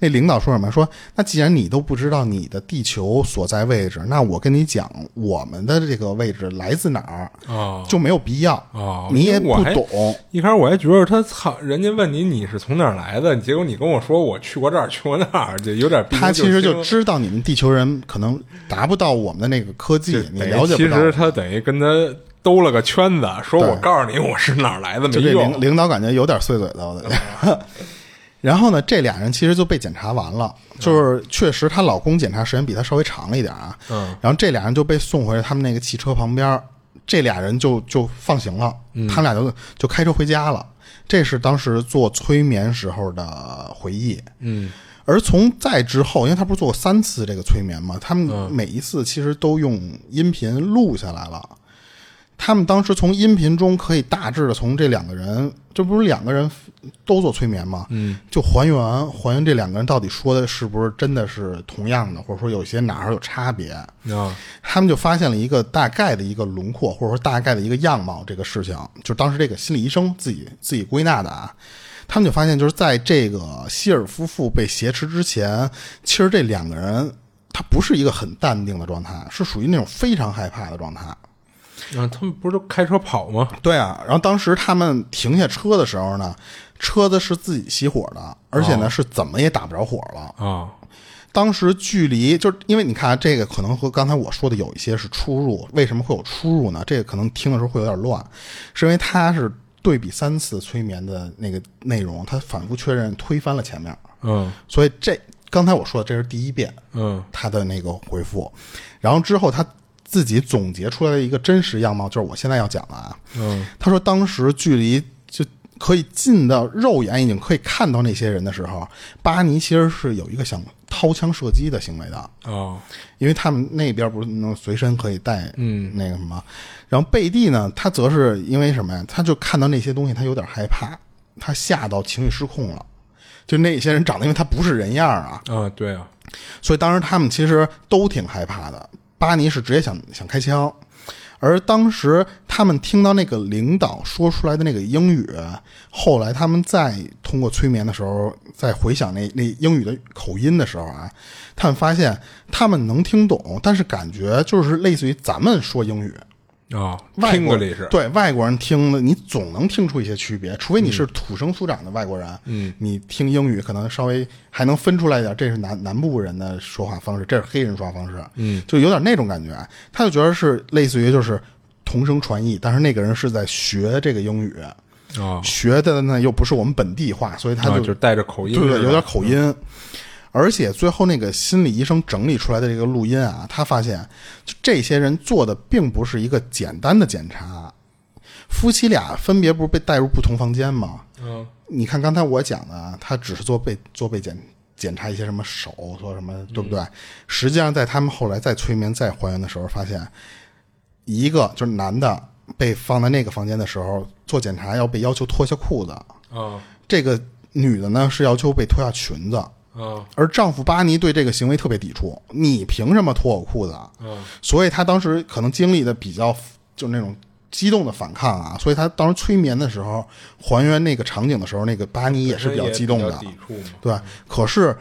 A: 那领导说什么？说那既然你都不知道你的地球所在位置，那我跟你讲我们的这个位置来自哪儿
B: 哦
A: 就没有必要。
B: 哦，
A: 你也
B: 因为我
A: 不
B: 还
A: 懂，
B: 一开始我还觉得他操，人家问你你是从哪儿来的，结果你跟我说我去过这儿，去过那儿，就有点避重
A: 他其实就
B: 轻
A: 知道你们地球人可能达不到我们的那个科技
B: 就，
A: 你
B: 等于
A: 了解
B: 哎其
A: 不到。
B: 实他等于跟他兜了个圈子，说我
A: 对
B: 告诉你我是哪儿来的
A: 就
B: 没
A: 这
B: 用嗯
A: 领。领导感觉有点碎嘴子，我感觉。 然后呢，这俩人其实就被检查完了，
B: 嗯
A: 就是确实她老公检查时间比她稍微长了一点啊。
B: 嗯，
A: 然后这俩人就被送回他们那个汽车旁边儿，这俩人就就放行了，
B: 嗯
A: 他们俩就就开车回家了。这是当时做催眠时候的回忆。
B: 嗯
A: 而从再之后，因为他不是做过三次这个催眠嘛，他
B: 嗯
A: 们每一次其实都用音频录下来了。他们当时从音频中可以大致的从这两个人，这不是两个人都做催眠嘛，
B: 嗯，
A: 就还原还原这两个人到底说的是不是真的是同样的，或者说有些哪儿有差别。
B: 啊
A: 他们就发现了一个大概的一个轮廓，或者说大概的一个样貌，这个事情，就当时这个心理医生自己自己归纳的啊。他们就发现，就是在这个希尔夫妇被挟持之前，其实这两个人他不是一个很淡定的状态，是属于那种非常害怕的状态。
B: 啊，他们不是都开车跑吗？
A: 对啊，然后当时他们停下车的时候呢，车子是自己熄火的，而且呢是怎么也打不着火了。
B: 啊，
A: 当时距离就是因为你看啊这个可能和刚才我说的有一些是出入，为什么会有出入呢？这个可能听的时候会有点乱，是因为他是对比三次催眠的那个内容，他反复确认推翻了前面，
B: 嗯
A: 所以这刚才我说的这是第一遍
B: 嗯
A: 他的那个回复，然后之后他自己总结出来的一个真实样貌，就是我现在要讲的啊。
B: 嗯
A: 他说当时距离就可以近到肉眼已经可以看到那些人的时候，巴尼其实是有一个想掏枪射击的行为的，
B: 啊
A: 因为他们那边不是能随身可以带
B: 嗯
A: 那个什么，然后贝蒂呢，他则是因为什么呀？他就看到那些东西，他有点害怕，他吓到情绪失控了。就那些人长得，因为他不是人样儿啊，
B: 啊，对啊，
A: 所以当时他们其实都挺害怕的。巴尼是直接想想开枪，而当时他们听到那个领导说出来的那个英语，后来他们再通过催眠的时候，再回想那那英语的口音的时候啊，他们发现他们能听懂，但是感觉就是类似于咱们说英语，
B: 啊，
A: 外
B: 听
A: 国
B: 过历史，
A: 对外国人听了，你总能听出一些区别，除非你是土生土长的外国人，
B: 嗯，
A: 你听英语可能稍微还能分出来一点，这是南南部人的说话方式，这是黑人说话方式，
B: 嗯，
A: 就有点那种感觉。他就觉得是类似于就是同声传译，但是那个人是在学这个英语，
B: 啊
A: 学的呢又不是我们本地话，所以他
B: 啊，
A: 就
B: 就带着口音，
A: 对对，
B: 是吧
A: 有点口音。而且最后那个心理医生整理出来的这个录音啊，他发现就这些人做的并不是一个简单的检查。夫妻俩分别不是被带入不同房间吗？
B: 嗯
A: 你看刚才我讲的啊，他只是做被做被检检查一些什么手，做什么，对不对？
B: 嗯
A: 实际上在他们后来再催眠再还原的时候，发现一个就是男的被放在那个房间的时候做检查要被要求脱下裤子，
B: 啊
A: 这个女的呢是要求被脱下裙子，
B: 啊
A: 而丈夫巴尼对这个行为特别抵触，你凭什么脱我裤子啊？
B: 啊
A: 所以他当时可能经历的比较就是那种激动的反抗啊，所以他当时催眠的时候还原那个场景的时候，那个巴尼也是比较激动的
B: 本，身也比较抵触嘛。
A: 对。可是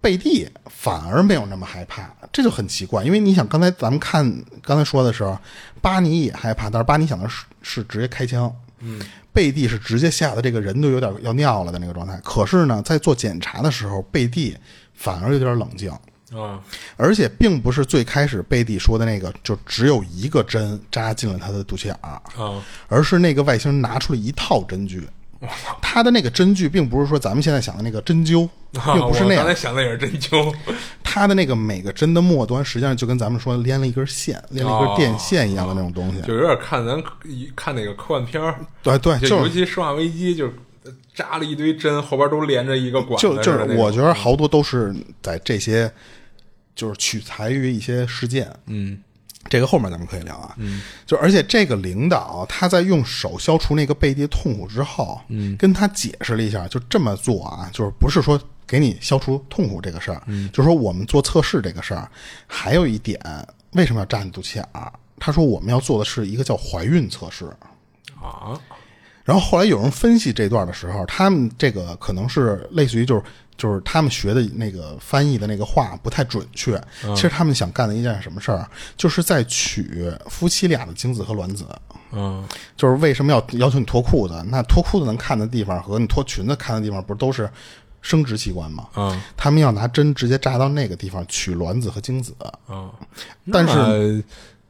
A: 贝蒂反而没有那么害怕，这就很奇怪，因为你想刚才咱们看刚才说的时候，巴尼也害怕，但是巴尼想的是是直接开枪，
B: 嗯，
A: 贝蒂是直接吓得这个人都有点要尿了的那个状态。可是呢，在做检查的时候，贝蒂反而有点冷静。
B: 啊
A: 而且并不是最开始贝蒂说的那个，就只有一个针扎进了他的肚脐眼儿，
B: 啊
A: 而是那个外星人拿出了一套针具。他的那个针具并不是说咱们现在想的那个针灸，
B: 啊！
A: 并不是那
B: 我刚才
A: 样。
B: 想的也是针灸，
A: 他的那个每个针的末端，实际上就跟咱们说连了一根线，连了一根电线一样的那种东西。
B: 哦就有点看咱一看那个科幻片儿，
A: 对对，
B: 就
A: 就
B: 尤
A: 是
B: 其《生化危机》就是扎了一堆针，后边都连着一个管子
A: 就就
B: 似的那
A: 是，
B: 种
A: 我觉得好多都是在这些，就是取材于一些事件。
B: 嗯
A: 这个后面咱们可以聊啊。嗯，就而且这个领导他在用手消除那个贝蒂的痛苦之后，嗯，跟他解释了一下，就这么做啊，就是不是说给你消除痛苦这个事儿，嗯，就是说我们做测试这个事儿，还有一点为什么要扎你肚脐眼儿？啊他说我们要做的是一个叫怀孕测试。
B: 啊
A: 然后后来有人分析这段的时候，他们这个可能是类似于就是就是他们学的那个翻译的那个话不太准确。其实他们想干的一件什么事儿，就是在取夫妻俩的精子和卵子。
B: 嗯
A: 就是为什么要要求你脱裤子？那脱裤子能看的地方和你脱裙子看的地方，不是都是生殖器官吗？
B: 啊
A: 他们要拿针直接扎到那个地方取卵子和精子。
B: 啊！
A: 但是
B: 是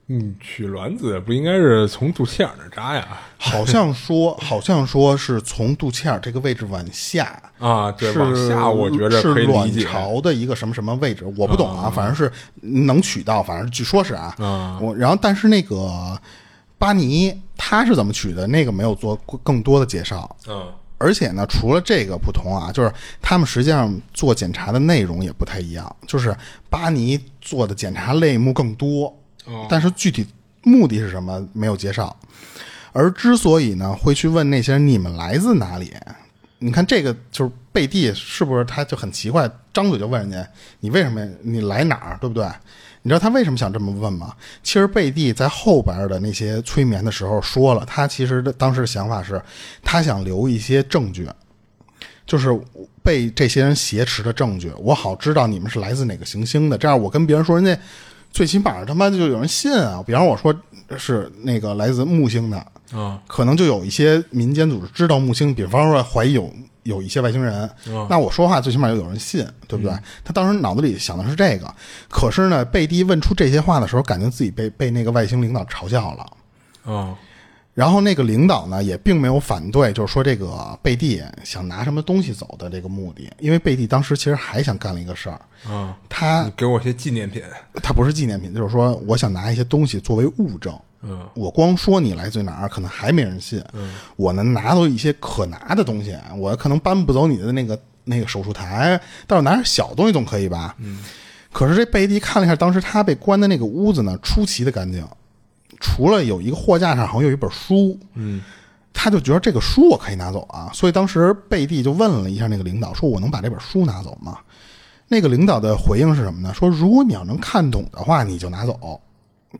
B: 你取卵子不应该是从肚脐眼儿那儿扎呀？
A: 好像说，好像说是从肚脐眼儿这个位置往下，
B: 啊，对，
A: 是
B: 往下我觉着可
A: 是
B: 以理
A: 卵
B: 解。
A: 巢的一个什么什么位置，我不懂啊，反正是能取到，反正据说是啊。
B: 啊
A: 我然后但是那个巴尼他是怎么取的，那个没有做更多的介绍。
B: 嗯
A: 而且呢，除了这个不同啊，就是他们实际上做检查的内容也不太一样，就是巴尼做的检查类目更多，
B: 哦
A: 但是具体目的是什么没有介绍。而之所以呢，会去问那些人你们来自哪里，你看这个就是贝蒂是不是他就很奇怪，张嘴就问人家你为什么你来哪儿，对不对？你知道他为什么想这么问吗？其实贝蒂在后边的那些催眠的时候说了，他其实的当时的想法是，他想留一些证据，就是被这些人挟持的证据，我好知道你们是来自哪个行星的，这样我跟别人说，人家最起码他妈就有人信啊。比方我说是那个来自木星的，
B: 啊
A: 可能就有一些民间组织知道木星，比方说怀疑有有一些外星人，那我说话最起码就有人信，对不对？他当时脑子里想的是这个，可是呢，贝蒂问出这些话的时候，感觉自己被被那个外星领导嘲笑了。
B: 啊
A: 然后那个领导呢，也并没有反对，就是说这个贝蒂想拿什么东西走的这个目的，因为贝蒂当时其实还想干了一个事儿，
B: 啊！
A: 他
B: 你给我些纪念品。
A: 他不是纪念品，就是说我想拿一些东西作为物证。
B: 嗯
A: 我光说你来自哪儿，可能还没人信。我能拿到一些可拿的东西，我可能搬不走你的那个那个手术台，但是拿点小东西总可以吧？可是这贝蒂看了一下，当时他被关的那个屋子呢，出奇的干净，除了有一个货架上好像有一本书，嗯，他就觉得这个书我可以拿走啊，所以当时贝蒂就问了一下那个领导，说我能把这本书拿走吗？那个领导的回应是什么呢？说如果你要能看懂的话，你就拿走，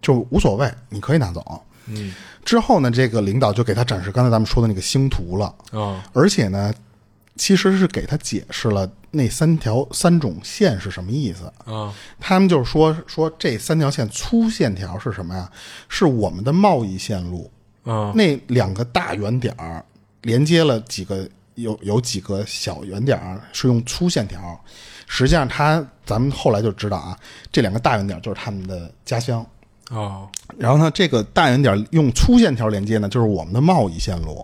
A: 就无所谓，你可以拿走。
B: 嗯
A: 之后呢，这个领导就给他展示刚才咱们说的那个星图了，
B: 啊
A: 而且呢，其实是给他解释了那三条三种线是什么意思。
B: 啊
A: 他们就是说说这三条线粗线条是什么呀？是我们的贸易线路，
B: 啊
A: 那两个大圆点儿连接了几个有有几个小圆点儿是用粗线条，实际上它咱们后来就知道啊，这两个大圆点儿就是他们的家乡。
B: 啊！
A: 然后呢，这个大圆点用粗线条连接呢，就是我们的贸易线路；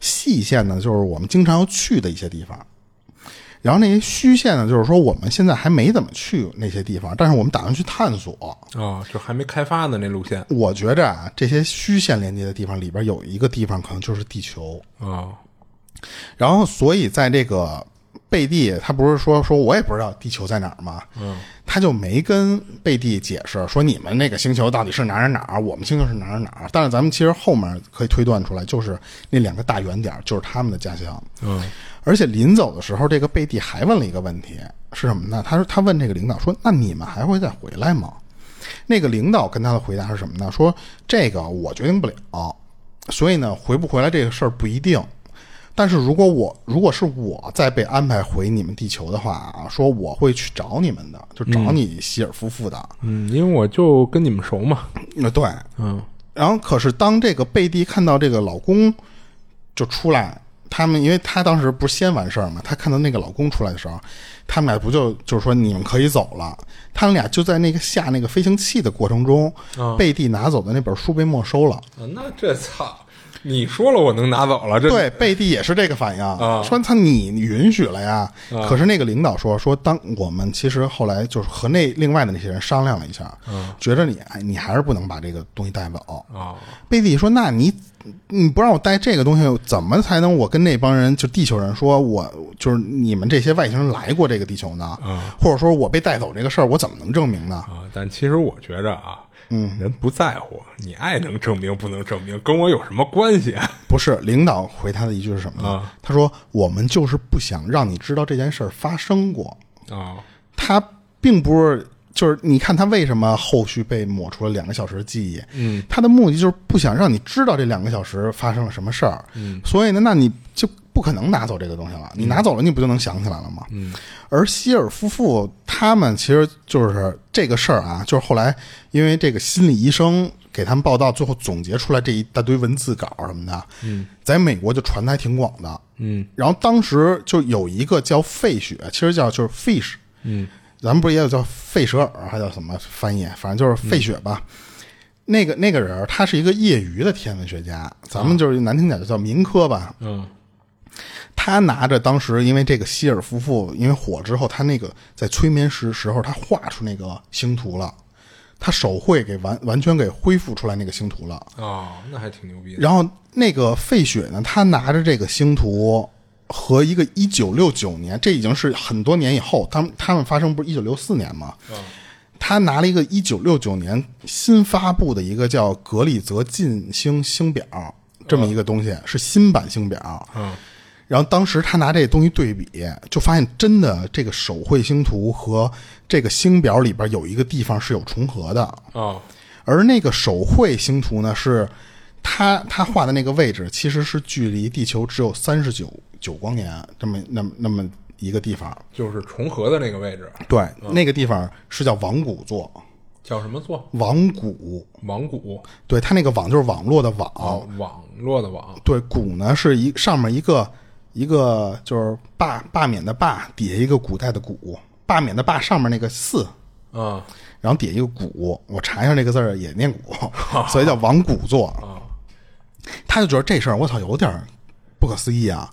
A: 细线呢，就是我们经常要去的一些地方。然后那些虚线呢，就是说我们现在还没怎么去那些地方，但是我们打算去探索。
B: 啊，就还没开发呢，那路线
A: 我觉着啊，这些虚线连接的地方里边有一个地方可能就是地球。
B: 啊
A: 然后，所以在这个贝蒂他不是说说我也不知道地球在哪儿吗？嗯，他就没跟贝蒂解释说你们那个星球到底是哪儿哪儿哪儿，我们星球是哪儿哪儿哪儿。但是咱们其实后面可以推断出来，就是那两个大圆点儿就是他们的家乡。
B: 嗯，
A: 而且临走的时候，这个贝蒂还问了一个问题，是什么呢？他说他问这个领导说：“那你们还会再回来吗？”那个领导跟他的回答是什么呢？说这个我决定不了，所以呢，回不回来这个事儿不一定。但是如果我如果是我再被安排回你们地球的话啊，说我会去找你们的，就找你希尔夫妇的。
B: 嗯，因为我就跟你们熟嘛，
A: 那对，
B: 嗯
A: 然后可是当这个贝蒂看到这个老公就出来，他们因为她当时不是先完事儿嘛，她看到那个老公出来的时候，他们俩不就就是说你们可以走了，他们俩就在那个下那个飞行器的过程中，
B: 嗯
A: 贝蒂拿走的那本书被没收了。
B: 啊，那这操，你说了我能拿走了，这
A: 对，贝蒂也是这个反应，
B: 啊
A: 说他你允许了呀。可是那个领导说说，当我们其实后来就是和那另外的那些人商量了一下，觉着你哎你还是不能把这个东西带走。
B: 啊，
A: 贝蒂说：“那你你不让我带这个东西，怎么才能我跟那帮人就地球人说我就是你们这些外星人来过这个地球呢？或者说我被带走这个事儿，我怎么能证明呢？
B: 啊，但其实我觉着啊，嗯，人不在乎，你爱能证明不能证明，跟我有什么关系？啊
A: 不是领导回他的一句是什么呢？他说：我们就是不想让你知道这件事儿发生过。
B: 啊，
A: 他并不是。”就是你看他为什么后续被抹除了两个小时的记忆？嗯，他的目的就是不想让你知道这两个小时发生了什么事儿。嗯，所以呢，那你就不可能拿走这个东西了。你拿走了，你不就能想起来了吗？嗯。而希尔夫妇他们其实就是这个事儿啊，就是后来因为这个心理医生给他们报道，最后总结出来这一大堆文字稿什么的，嗯，在美国就传的还挺广的，嗯。然后当时就有一个叫费雪，其实叫就是 fish，
B: 嗯
A: 咱们不是也有叫费舍尔，还叫什么翻译？反正就是费雪吧。那个那个人儿，他是一个业余的天文学家，咱们就是难听点就叫民科吧。
B: 嗯
A: 他拿着当时因为这个希尔夫妇因为火之后，他那个在催眠时时候，他画出那个星图了，他手绘给完完全给恢复出来那个星图了。
B: 啊，那还挺牛逼的。
A: 然后那个费雪呢，他拿着这个星图和一个一九六九年，这已经是很多年以后，他们他们发生不是一九六四年吗？
B: 嗯
A: 他拿了一个一九六九年新发布的一个叫格里泽近星星表这么一个东西，是新版星表。
B: 嗯，
A: 然后当时他拿这东西对比，就发现真的这个手绘星图和这个星表里边有一个地方是有重合的。
B: 啊
A: 而那个手绘星图呢，是他他画的那个位置，其实是距离地球只有三十九九光年这么那么那么一个地方。
B: 就是重合的那个位置
A: 对，那个地方是叫网谷座，
B: 叫什么座？
A: 网谷。
B: 网谷
A: 对，它那个网就是网络的网，
B: 啊，网络的网
A: 对，谷呢是一上面一个一个就是罢罢免的罢，底下一个古代的古，罢免的罢上面那个四，
B: 啊
A: 然后底下一个谷，我查一下这个字儿也念 谷，所以叫王谷座。
B: 啊
A: 他就觉得这事儿我操有点儿不可思议啊，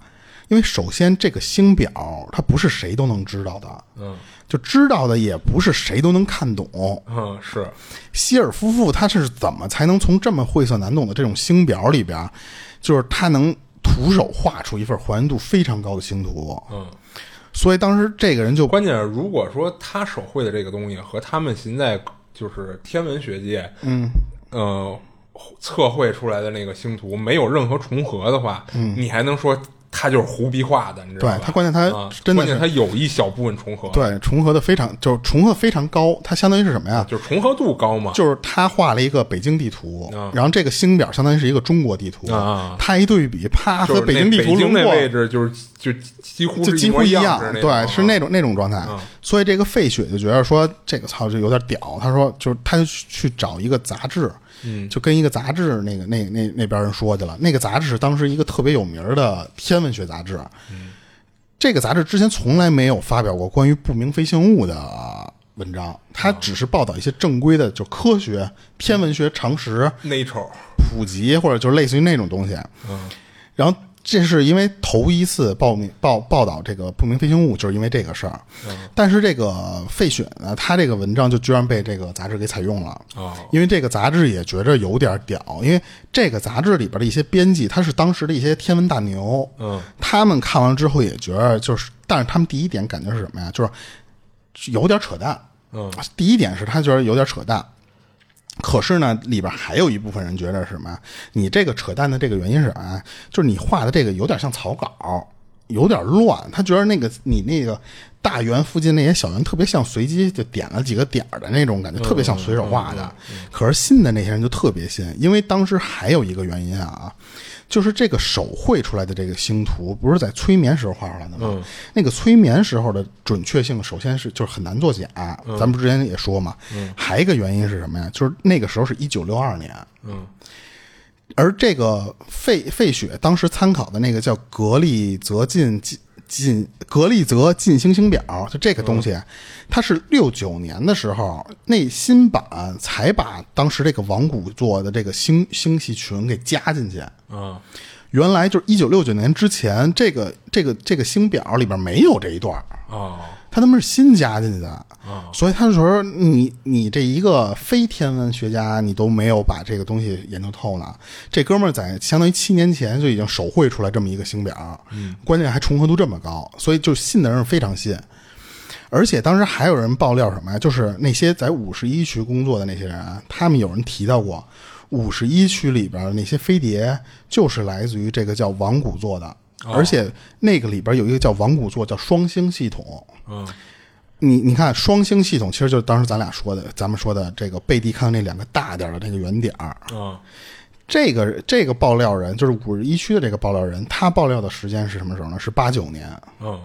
A: 因为首先这个星表它不是谁都能知道的，
B: 嗯
A: 就知道的也不是谁都能看懂。
B: 嗯是
A: 希尔夫妇他是怎么才能从这么晦涩难懂的这种星表里边儿，就是他能徒手画出一份还原度非常高的星图？
B: 嗯。
A: 所以当时这个人就
B: 关键是，如果说他手绘的这个东西和他们现在就是天文学界，嗯，呃，测绘出来的那个星图没有任何重合的话，嗯，你还能说他就是胡逼画的，你知道吧？
A: 对他关键他
B: 啊
A: 真的
B: 关
A: 是
B: 键他有一小部分重合，，
A: 对重合的非常，就是重合得非常高，它相当于是什么呀？
B: 就是重合度高嘛，
A: 就是他画了一个北京地图，
B: 啊
A: 然后这个星表相当于是一个中国地图，
B: 啊
A: 他一对比，啪
B: 就
A: 和
B: 是那
A: 京地图
B: 北
A: 轮
B: 京那
A: 过，
B: 位置就是就几乎
A: 就几乎
B: 一模
A: 样
B: 样，，
A: 对，是
B: 啊
A: 那种那种状态。
B: 嗯
A: 所以这个费雪就觉得说这个操就有点屌，他说就是他就去找一个杂志，
B: 嗯
A: 就跟一个杂志那个那那那边人说去了，那个杂志是当时一个特别有名的天文学杂志，
B: 嗯
A: 这个杂志之前从来没有发表过关于不明飞行物的呃文章，它
B: 啊
A: 只是报道一些正规的就科学、天文学常识
B: 那 nature
A: 普及，或者就是类似于那种东西。
B: 嗯
A: 然后这是因为头一次报名报报道这个不明飞行物，就是因为这个事儿。但是这个费雪呢，他这个文章就居然被这个杂志给采用了，
B: 哦
A: 因为这个杂志也觉着有点屌，因为这个杂志里边的一些编辑，他是当时的一些天文大牛，
B: 嗯，
A: 他们看完之后也觉着就是，但是他们第一点感觉是什么呀？就是有点扯淡。
B: 嗯，
A: 第一点是他觉得有点扯淡，可是呢，里边还有一部分人觉得是什么呀？你这个扯淡的这个原因是啥呀？就是你画的这个有点像草稿，有点乱。他觉得那个你那个大圆附近那些小圆特别像随机就点了几个点儿的那种感觉，特别像随手画的。可是信的那些人就特别信，因为当时还有一个原因啊。就是这个手绘出来的这个星图，不是在催眠时候画出来的吗？那个催眠时候的准确性，首先是就是很难作假。咱们之前也说嘛，还一个原因是什么呀？就是那个时候是一九六二年，
B: 嗯，
A: 而这个费费雪当时参考的那个叫格利泽近近近格利泽近行星表，就这个东西，它是六九年的时候那新版才把当时这个王古做的这个星星系群给加进去。
B: 嗯，
A: 原来就是一九六九年之前，这个这个这个星表里边没有这一段儿，
B: 哦，
A: 他他妈是新加进去的
B: 哦，
A: 所以他就说嗯你你这一个非天文学家，你都没有把这个东西研究透呢。这哥们儿在相当于七年前就已经手绘出来这么一个星表，关键还重合度这么高，所以就信的人非常信。而且当时还有人爆料什么呀？就是那些在五十一区工作的那些人，啊他们有人提到过，五十一区里边的那些飞碟就是来自于这个叫王古座的，而且那个里边有一个叫王古座叫双星系统。
B: 嗯，
A: 你你看双星系统，其实就是当时咱俩说的，咱们说的这个贝蒂康那两个大点儿的这个圆点儿。
B: 嗯，
A: 这个这个爆料人就是五十一区的这个爆料人，他爆料的时间是什么时候呢？是八九年，
B: 嗯，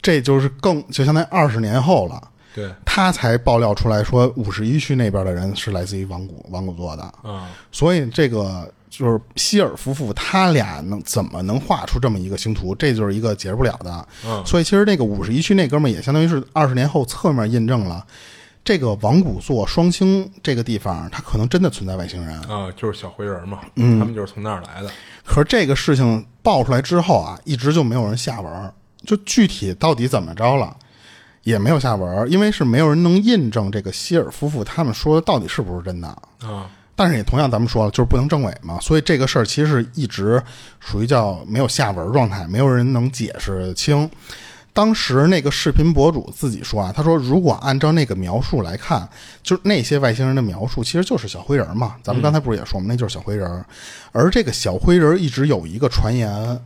A: 这就是更就相当于二十年后了。
B: 对，
A: 他才爆料出来说，五十一区那边的人是来自于王古王古座的，
B: 嗯，
A: 所以这个就是希尔夫妇他俩能怎么能画出这么一个星图，这就是一个解释不了的。
B: 嗯
A: 所以其实那个五十一区那哥们儿也相当于是二十年后侧面印证了，这个王古座双星这个地方，它可能真的存在外星人。
B: 啊，就是小灰人嘛，
A: 嗯
B: 他们就是从那儿来的。
A: 可是这个事情爆出来之后啊，一直就没有人下文儿，就具体到底怎么着了，也没有下文儿，因为是没有人能印证这个希尔夫妇他们说的到底是不是真的。
B: 啊，
A: 但是也同样，咱们说了，就是不能证伪嘛，所以这个事儿其实是一直属于叫没有下文状态，没有人能解释清。当时那个视频博主自己说啊，他说如果按照那个描述来看，就是那些外星人的描述，其实就是小灰人嘛。咱们刚才不是也说嘛，那就是小灰人。而这个小灰人一直有一个传言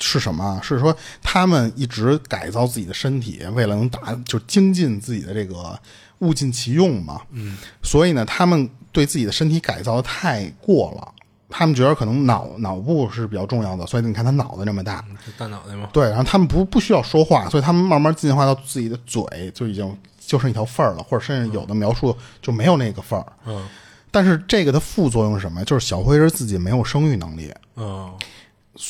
A: 是什么啊？是说他们一直改造自己的身体，为了能达就精进自己的这个物尽其用嘛。嗯，所以呢，他们对自己的身体改造得太过了，他们觉得可能脑脑部是比较重要的，所以你看他脑袋那么大，
B: 这大脑袋嘛，
A: 对，然后他们不不需要说话，所以他们慢慢进化到自己的嘴就已经就剩一条缝儿了，或者甚至有的描述就没有那个缝儿。
B: 嗯，
A: 但是这个的副作用是什么呀？就是小灰人自己没有生育能力，
B: 嗯，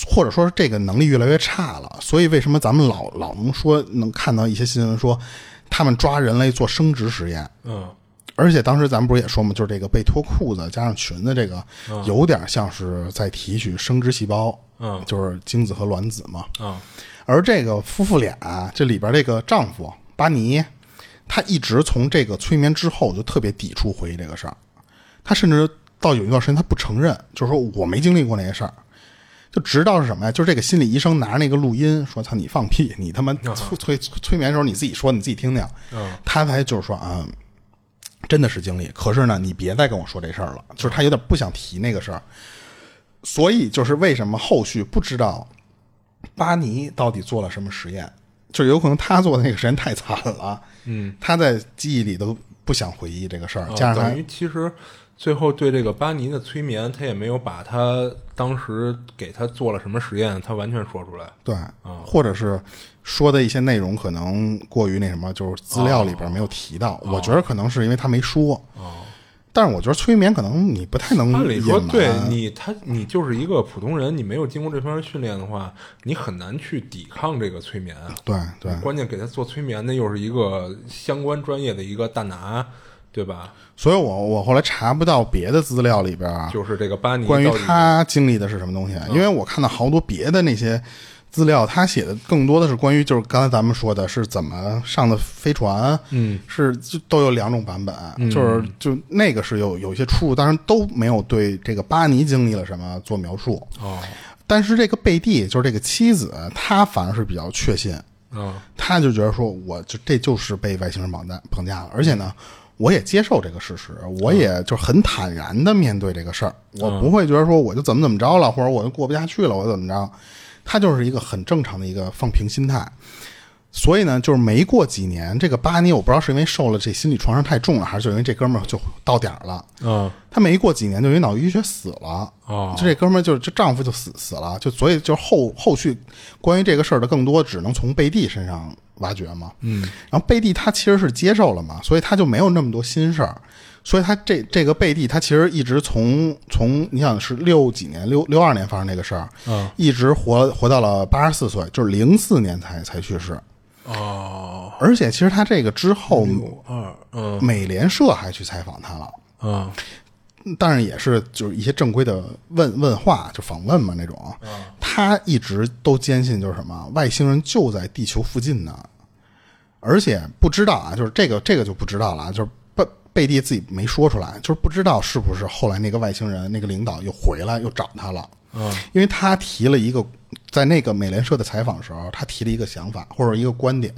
A: 或者说这个能力越来越差了。所以为什么咱们老老能说能看到一些新闻说他们抓人类做生殖实验？
B: 嗯，
A: 而且当时咱们不是也说嘛，就是这个被脱裤子加上裙子，这个有点像是在提取生殖细胞，
B: 嗯，
A: 就是精子和卵子嘛。
B: 嗯，
A: 而这个夫妇俩，这里边这个丈夫巴尼，他一直从这个催眠之后就特别抵触回忆这个事儿，他甚至到有一段时间他不承认，就是说我没经历过那些事儿。就直到是什么呀？就是这个心理医生拿着那个录音说：“操，你放屁！你他妈
B: 啊
A: 催催催眠的时候你自己说，你自己听听。”他才就是说啊、真的是经历。可是呢，你别再跟我说这事儿了，就是他有点不想提那个事儿。所以就是为什么后续不知道巴尼到底做了什么实验，就是有可能他做的那个实验太惨了，嗯，他在记忆里都不想回忆这个事儿，加上他
B: 啊等于其实最后对这个巴尼的催眠，他也没有把他当时给他做了什么实验，他完全说出来。
A: 对，或者是说的一些内容可能过于那什么，就是资料里边没有提
B: 啊
A: 到。我觉得可能是因为他没说。但是我觉得催眠可能你不太能
B: 按理
A: 隐
B: 说，
A: 瞒。
B: 对你，他你就是一个普通人，你没有经过这方面训练的话，你很难去抵抗这个催眠。啊
A: 对对
B: 关键给他做催眠的又是一个相关专业的一个大拿，对吧？
A: 所以我我后来查不到别的资料里边儿
B: 就是这个班尼
A: 啊关于
B: 到底嗯
A: 他经历的是什么东西，啊因为我看到好多别的那些资料，他写的更多的是关于就是刚才咱们说的是怎么上的飞船，嗯，是就都有两种版本，
B: 嗯
A: 就是就那个是有有一些出入，当然都没有对这个巴尼经历了什么做描述，
B: 哦，
A: 但是这个贝蒂就是这个妻子，她反而是比较确信，
B: 嗯
A: 他就觉得说，我就这就是被外星人绑架绑架了，而且呢，我也接受这个事实，我也就很坦然的面对这个事儿，我不会觉得说我就怎么怎么着了，或者我就过不下去了，我怎么着，他就是一个很正常的一个放平心态。所以呢，就是没过几年，这个巴尼我不知道是因为受了这心理创伤太重了，还是就因为这哥们儿就到点儿了。
B: 嗯
A: 他没过几年就因为脑淤血死了，
B: 哦
A: 就这哥们儿就就丈夫就死死了，就所以就后后续关于这个事儿的更多只能从贝蒂身上挖掘嘛，嗯，然后贝蒂他其实是接受了嘛，所以他就没有那么多心事儿，所以他这这个贝蒂他其实一直从从你想是六几年六六二年发生那个事儿，
B: 嗯，
A: 一直活活到了八十四岁，就是零四年才才去世，
B: 哦哎
A: 而且其实他这个之后，
B: 二嗯
A: 美联社还去采访他了。
B: 嗯
A: 但是也是就是一些正规的问问话，就访问嘛那种。他一直都坚信就是什么外星人就在地球附近呢，而且不知道啊，就是这个这个就不知道了啊，就是贝贝蒂自己没说出来，就是不知道是不是后来那个外星人那个领导又回来又找他了。
B: 嗯，
A: 因为他提了一个在那个美联社的采访时候，他提了一个想法或者一个观点。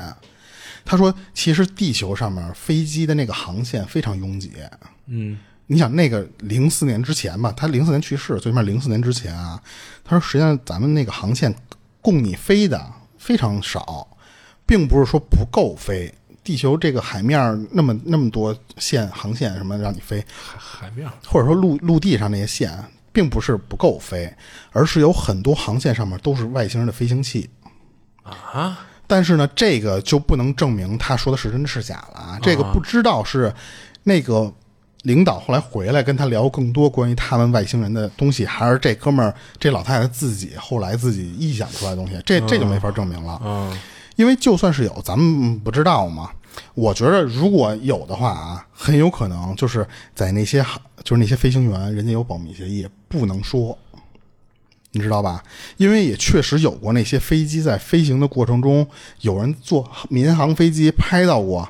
A: 他说：“其实地球上面飞机的那个航线非常拥挤，
B: 嗯
A: 你想那个零四年之前吧，他零四年去世，最起码零四年之前啊，他说实际上咱们那个航线供你飞的非常少，并不是说不够飞。地球这个海面儿那么那么多线航线什么让你飞，
B: 海海面儿
A: 或者说陆陆地上那些线，啊并不是不够飞，而是有很多航线上面都是外星人的飞行器。
B: 啊
A: 但是呢，这个就不能证明他说的是真是假了啊。这个不知道是那个领导后来回来跟他聊更多关于他们外星人的东西，还是这哥们儿这老太太自己后来自己臆想出来的东西，这这就没法证明了。
B: 嗯
A: 因为就算是有，咱们不知道嘛。我觉得如果有的话啊，很有可能就是在那些就是那些飞行员，人家有保密协议，不能说，你知道吧？因为也确实有过那些飞机在飞行的过程中，有人坐民航飞机拍到过，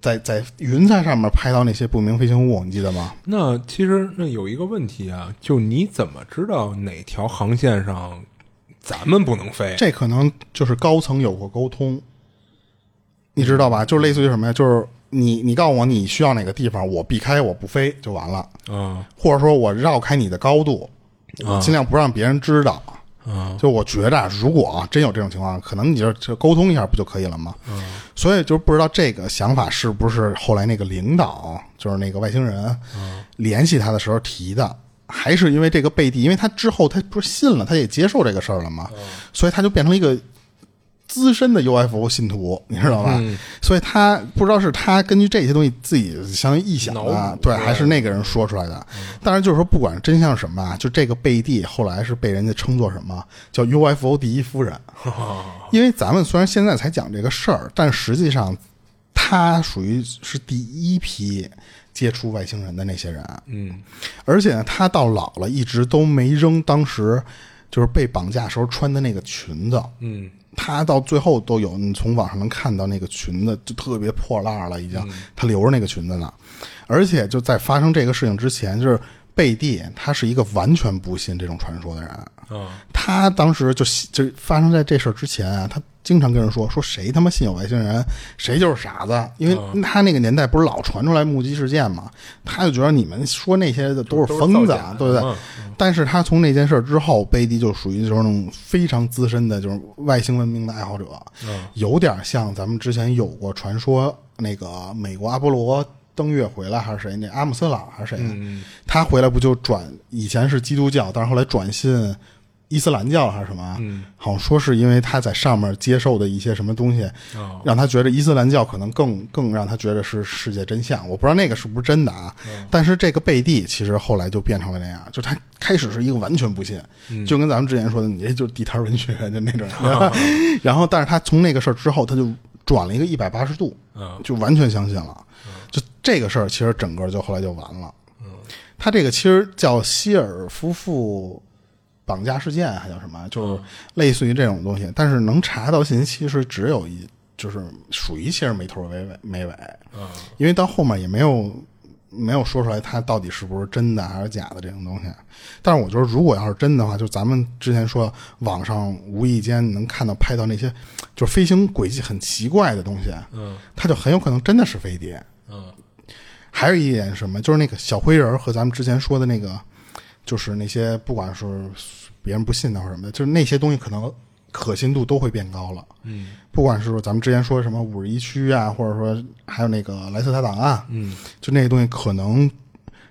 A: 在在云彩上面拍到那些不明飞行物，你记得吗？
B: 那其实那有一个问题啊，就你怎么知道哪条航线上咱们不能飞？
A: 这可能就是高层有过沟通，你知道吧？就类似于什么呀？就是你你告诉我你需要哪个地方，我避开我不飞就完了，
B: 嗯
A: 或者说我绕开你的高度，我尽量不让别人知道。
B: 嗯
A: 就我觉着啊，如果啊真有这种情况，可能你就就沟通一下不就可以了吗？所以就不知道这个想法是不是后来那个领导，就是那个外星人，
B: 嗯
A: 联系他的时候提的，还是因为这个贝蒂，因为他之后他不是信了，他也接受这个事儿了
B: 嗯
A: 嘛，所以他就变成一个资深的 UFO 信徒，你知道吧？
B: 嗯
A: 所以他不知道是他根据这些东西自己相当于臆想
B: 脑
A: 的
B: 补，嗯
A: 对，
B: 出来
A: 还是那个人说出来的。当然，就是说不管真相是什么啊，就这个贝蒂后来是被人家称作什么叫 UFO 第一夫人，因为咱们虽然现在才讲这个事儿，但实际上他属于是第一批接触外星人的那些人。
B: 嗯
A: 而且呢，她到老了一直都没扔当时就是被绑架时候穿的那个裙子，
B: 嗯
A: 她到最后都有，你从网上能看到那个裙子就特别破烂了，已经，
B: 嗯
A: 她留着那个裙子呢。而且就在发生这个事情之前，就是贝蒂，她是一个完全不信这种传说的人。
B: 嗯
A: 她当时就就发生在这事儿之前啊，她经常跟人说说谁他妈信有外星人，谁就是傻子，因
B: 嗯
A: 为她那个年代不是老传出来目击事件嘛，她就觉得你们说那些的都
B: 都
A: 是
B: 是
A: 疯子
B: 造假
A: 啊，对不对？
B: 嗯
A: 但是她从那件事儿之后，贝蒂就属于就是那种非常资深的，就是外星文明的爱好者，
B: 嗯
A: 有点像咱们之前有过传说那个美国阿波罗。登月回来还是谁？那阿姆斯特朗还是谁？
B: 嗯
A: 他回来不就转以前是基督教，但是后来转信伊斯兰教还是什么？
B: 嗯，
A: 好像说是因为他在上面接受的一些什么东西，
B: 哦
A: 让他觉得伊斯兰教可能更更让他觉得是世界真相。我不知道那个是不是真的啊，
B: 哦
A: 但是这个贝蒂其实后来就变成了那样，就他开始是一个完全不信，
B: 嗯
A: 就
B: 哦
A: 跟咱们之前说的，你这就是地摊文学就那种人。然后，但是他从那个事儿之后，他就转了一个一百八十度，
B: 嗯
A: 就完全相信了。就这个事儿，其实整个就后来就完了。他这个其实叫希尔夫妇绑架事件，还叫什么？就是类似于这种东西，但是能查到信息是只有一，就是属于其实没头没尾没尾，
B: 嗯
A: 因为到后面也没有没有说出来他到底是不是真的还是假的这种东西。但是我觉得，如果要是真的话，就咱们之前说网上无意间能看到拍到那些就是飞行轨迹很奇怪的东西，
B: 嗯
A: 它就很有可能真的是飞碟。
B: 嗯
A: 还有一点是什么，就是那个小灰人儿和咱们之前说的那个，就是那些不管是别人不信的或者什么的，就是那些东西可能可信度都会变高了。
B: 嗯
A: 不管是咱们之前说什么五十一区啊，或者说还有那个莱斯塔档案，
B: 嗯
A: 就那些东西可能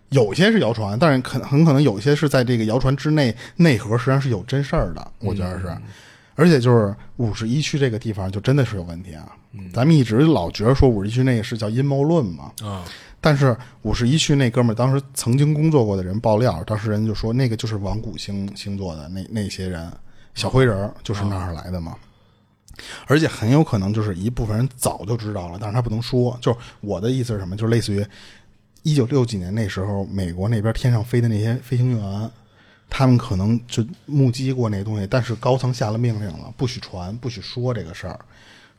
A: 有些是谣传，但是可很可能有些是在这个谣传之内内核实际上是有真事儿的，我觉得是。而且就是五十一区这个地方就真的是有问题啊！咱们一直老觉得说五十一区那个是叫阴谋论嘛，
B: 啊
A: 但是五十一区那哥们儿当时曾经工作过的人爆料，当时人就说那个就是王谷星星座的那那些人，小灰人儿就是那儿来的嘛。啊而且很有可能就是一部分人早就知道了，但是他不能说。就是我的意思是什么？就是类似于一九六几年那时候，美国那边天上飞的那些飞行员，他们可能就目击过那东西，但是高层下了命令了，不许传，不许说这个事儿，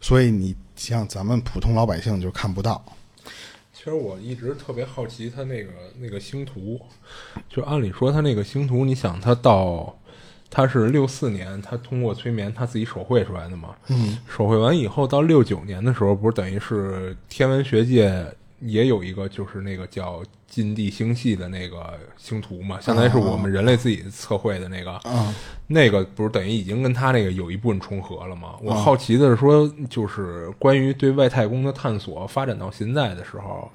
A: 所以你像咱们普通老百姓就看不到。
B: 其实我一直特别好奇他那个那个星图，就按理说他那个星图，你想他到他是六四年，他通过催眠他自己手绘出来的嘛，嗯，手绘完以后到六九年的时候，不是等于是天文学界也有一个就是那个叫近地星系的那个星图嘛，相当于是我们人类自己测绘的那个，
A: 啊
B: 那个不是等于已经跟他那个有一部分重合了吗？我好奇的是说，就是关于对外太空的探索发展到现在的时候，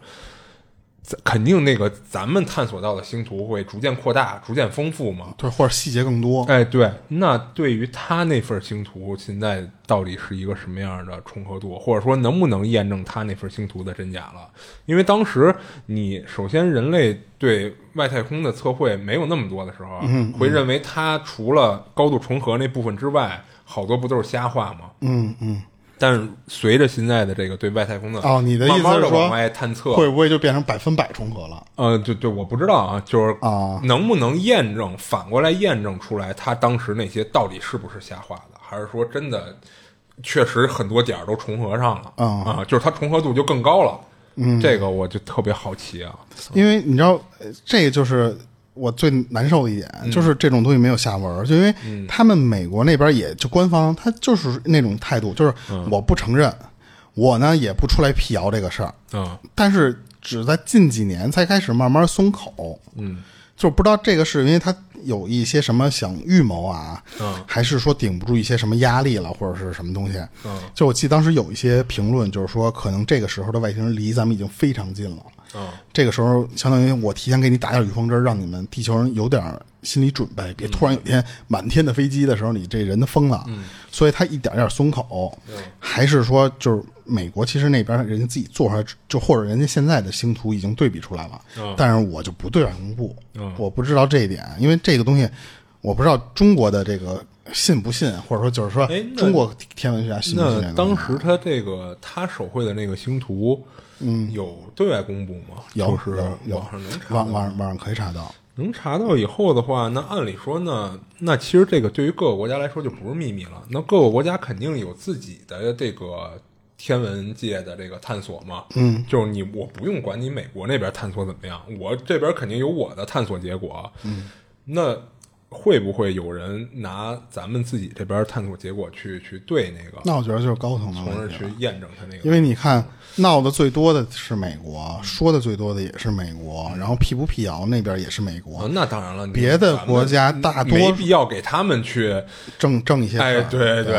B: 咱肯定那个咱们探索到的星图会逐渐扩大、逐渐丰富嘛。
A: 对，或者细节更多。
B: 哎，对，那对于他那份星图，现在到底是一个什么样的重合度，或者说能不能验证他那份星图的真假了？因为当时你首先人类对外太空的测绘没有那么多的时候，啊
A: 嗯
B: 会认为它除了高度重合那部分之外，好多不都是瞎画吗？
A: 嗯嗯，
B: 但是随着现在的这个对外太空的
A: 哦你的意思是
B: 慢慢地
A: 说
B: 往外探测，
A: 会不会就变成百分百重合了？
B: 呃，对对，我不知道啊，就是
A: 啊
B: 能不能验证，反过来验证出来他当时那些到底是不是瞎画的，还是说真的确实很多点儿都重合上了
A: 啊
B: 啊、就是它重合度就更高了。嗯，这个我就特别好奇啊。
A: 因为你知道，呃这个就是我最难受的一点，
B: 嗯
A: 就是这种东西没有下文儿，就因为他们美国那边也就官方，他就是那种态度，就是我不承认，我呢也不出来辟谣这个事儿，
B: 嗯
A: 但是只在近几年才开始慢慢松口。
B: 嗯
A: 就不知道这个是因为他有一些什么想预谋啊，
B: 嗯
A: 还是说顶不住一些什么压力了，或者是什么东西？
B: 嗯
A: 就我记得当时有一些评论，就是说可能这个时候的外星人离咱们已经非常近了。
B: 嗯
A: 这个时候，相当于我提前给你打点预防针儿，让你们地球人有点儿心理准备，别突然有一天满天的飞机的时候，你这人都疯了。
B: 嗯
A: 所以他一点点松口，还是说就是美国其实那边人家自己做出来，就或者人家现在的星图已经对比出来了，
B: 嗯
A: 但是我就不对外公布，我不知道这一点，因为这个东西我不知道中国的这个信不信，或者说就是说
B: 哎那
A: 中国天文学家信不信这
B: 那
A: 个东西啊
B: 当时他这个他手绘的那个星图，嗯，有对外公布吗？
A: 有
B: 就是
A: 有有
B: 网上能查
A: 网网网上可以查到。
B: 能查到以后的话，那按理说呢，那其实这个对于各个国家来说就不是秘密了。那各个国家肯定有自己的这个天文界的这个探索嘛，嗯，就是你我不用管你美国那边探索怎么样，我这边肯定有我的探索结果，嗯，那会不会有人拿咱们自己这边探索结果去去对那个，
A: 那我觉得就是高层的
B: 从而
A: 问题
B: 去
A: 了，
B: 验证他那
A: 因
B: 个？
A: 为你看闹的最多的是美国，说的最多的也是美国，然后辟不辟谣那边也是美
B: 啊
A: 国，，
B: 那当然了，
A: 别的国家
B: 咱们
A: 大多
B: 没必要给他们去，
A: 挣挣一些事
B: 哎，
A: 儿。
B: 对对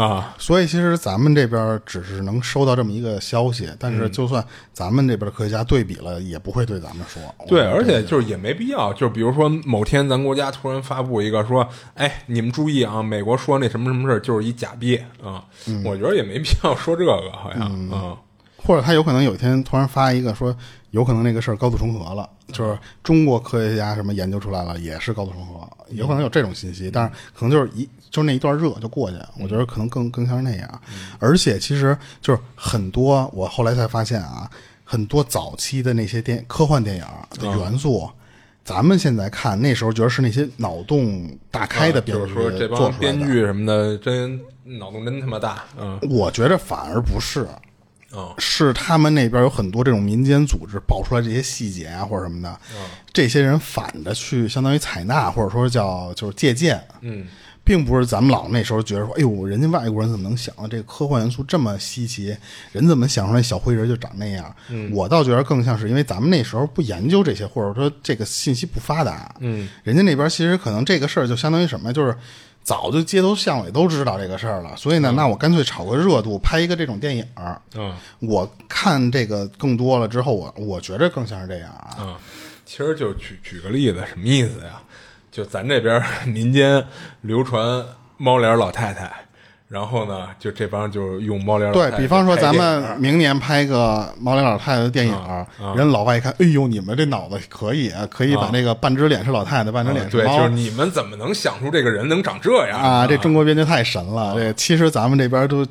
B: 啊，
A: 所以其实咱们这边只是能收到这么一个消息，但
B: 嗯
A: 是就算咱们这边的科学家对比了，也不会对咱们说。
B: 对，
A: 我
B: 而且就是也没必要，就比如说某天咱国家突然发布一个说，哎，你们注意啊，美国说那什么什么事儿就是一假币啊，
A: 嗯
B: 我觉得也没必要说这个，好像啊，
A: 或者他有可能有一天突然发一个说，有可能那个事儿高度重合了，
B: 嗯
A: 就是中国科学家什么研究出来了，也是高度重合，
B: 嗯
A: 有可能有这种信息，但是可能就是一就是那一段热就过去，
B: 嗯
A: 我觉得可能更更像是那样。而且其实就是很多，我后来才发现啊，很多早期的那些电科幻电影的
B: 啊
A: 元素。咱们现在看，那时候觉得是那些脑洞大开的编
B: 啊就
A: 剧
B: 是
A: 做
B: 说
A: 出
B: 这
A: 来
B: 帮
A: 的。
B: 编剧什么的，真脑洞真他妈大，嗯，
A: 我觉得反而不是，
B: 哦
A: 是他们那边有很多这种民间组织爆出来这些细节啊，或者什么的，
B: 嗯
A: 这些人反着去，相当于采纳，或者说叫就是借鉴，嗯，并不是咱们老那时候觉得说，哎呦，人家外国人怎么能想到这个科幻元素这么稀奇，人怎么想出来小灰人就长那样？我倒觉得更像是因为咱们那时候不研究这些，或者说这个信息不发达，嗯，人家那边其实可能这个事儿就相当于什么，就是。早就街头巷尾都知道这个事儿了，所以呢，那我干脆炒个热度，拍一个这种电影儿。
B: 嗯
A: 我看这个更多了之后，我我觉着更像是这样啊。
B: 嗯，其实就举举个例子，什么意思呀？就咱这边儿 民间流传猫脸老太太，然后呢，就这帮就用猫脸老太
A: 对
B: 太
A: 比方说，
B: 拍电
A: 咱
B: 影啊
A: 们明年拍个毛脸老太太的电影儿，人老外一看，哎呦，你们这脑子可以啊，可以把那个半只脸是老太太，半只脸是
B: 哦啊对，
A: 猫
B: 就是你们怎么能想出这个人能长这样
A: 啊！这中国编剧太神了。
B: 啊
A: 这其实咱们这边都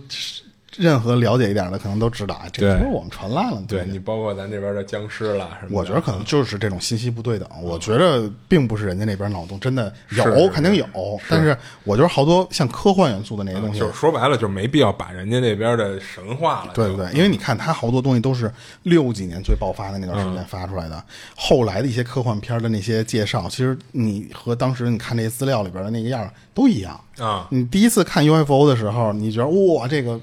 A: 任何了解一点的，可能都知道，哎这
B: 对
A: 不是我们传烂了。
B: 对你包括咱这边的僵尸啦什么的，
A: 我觉得可能就是这种信息不对等，我觉得并不是人家那边脑洞真的有
B: 是是，啊
A: 肯定有，但是我觉得好多像科幻元素的那些东西，
B: 就是说白了，就没必要把人家那边的神话了。
A: 对
B: 就
A: 对对，因为你看他好多东西都是六几年最爆发的那段时间发出来的，后来的一些科幻片的那些介绍，其实你和当时你看那些资料里边的那个样儿都一样。
B: 啊，
A: 你第一次看 UFO 的时候，你觉得哇，这个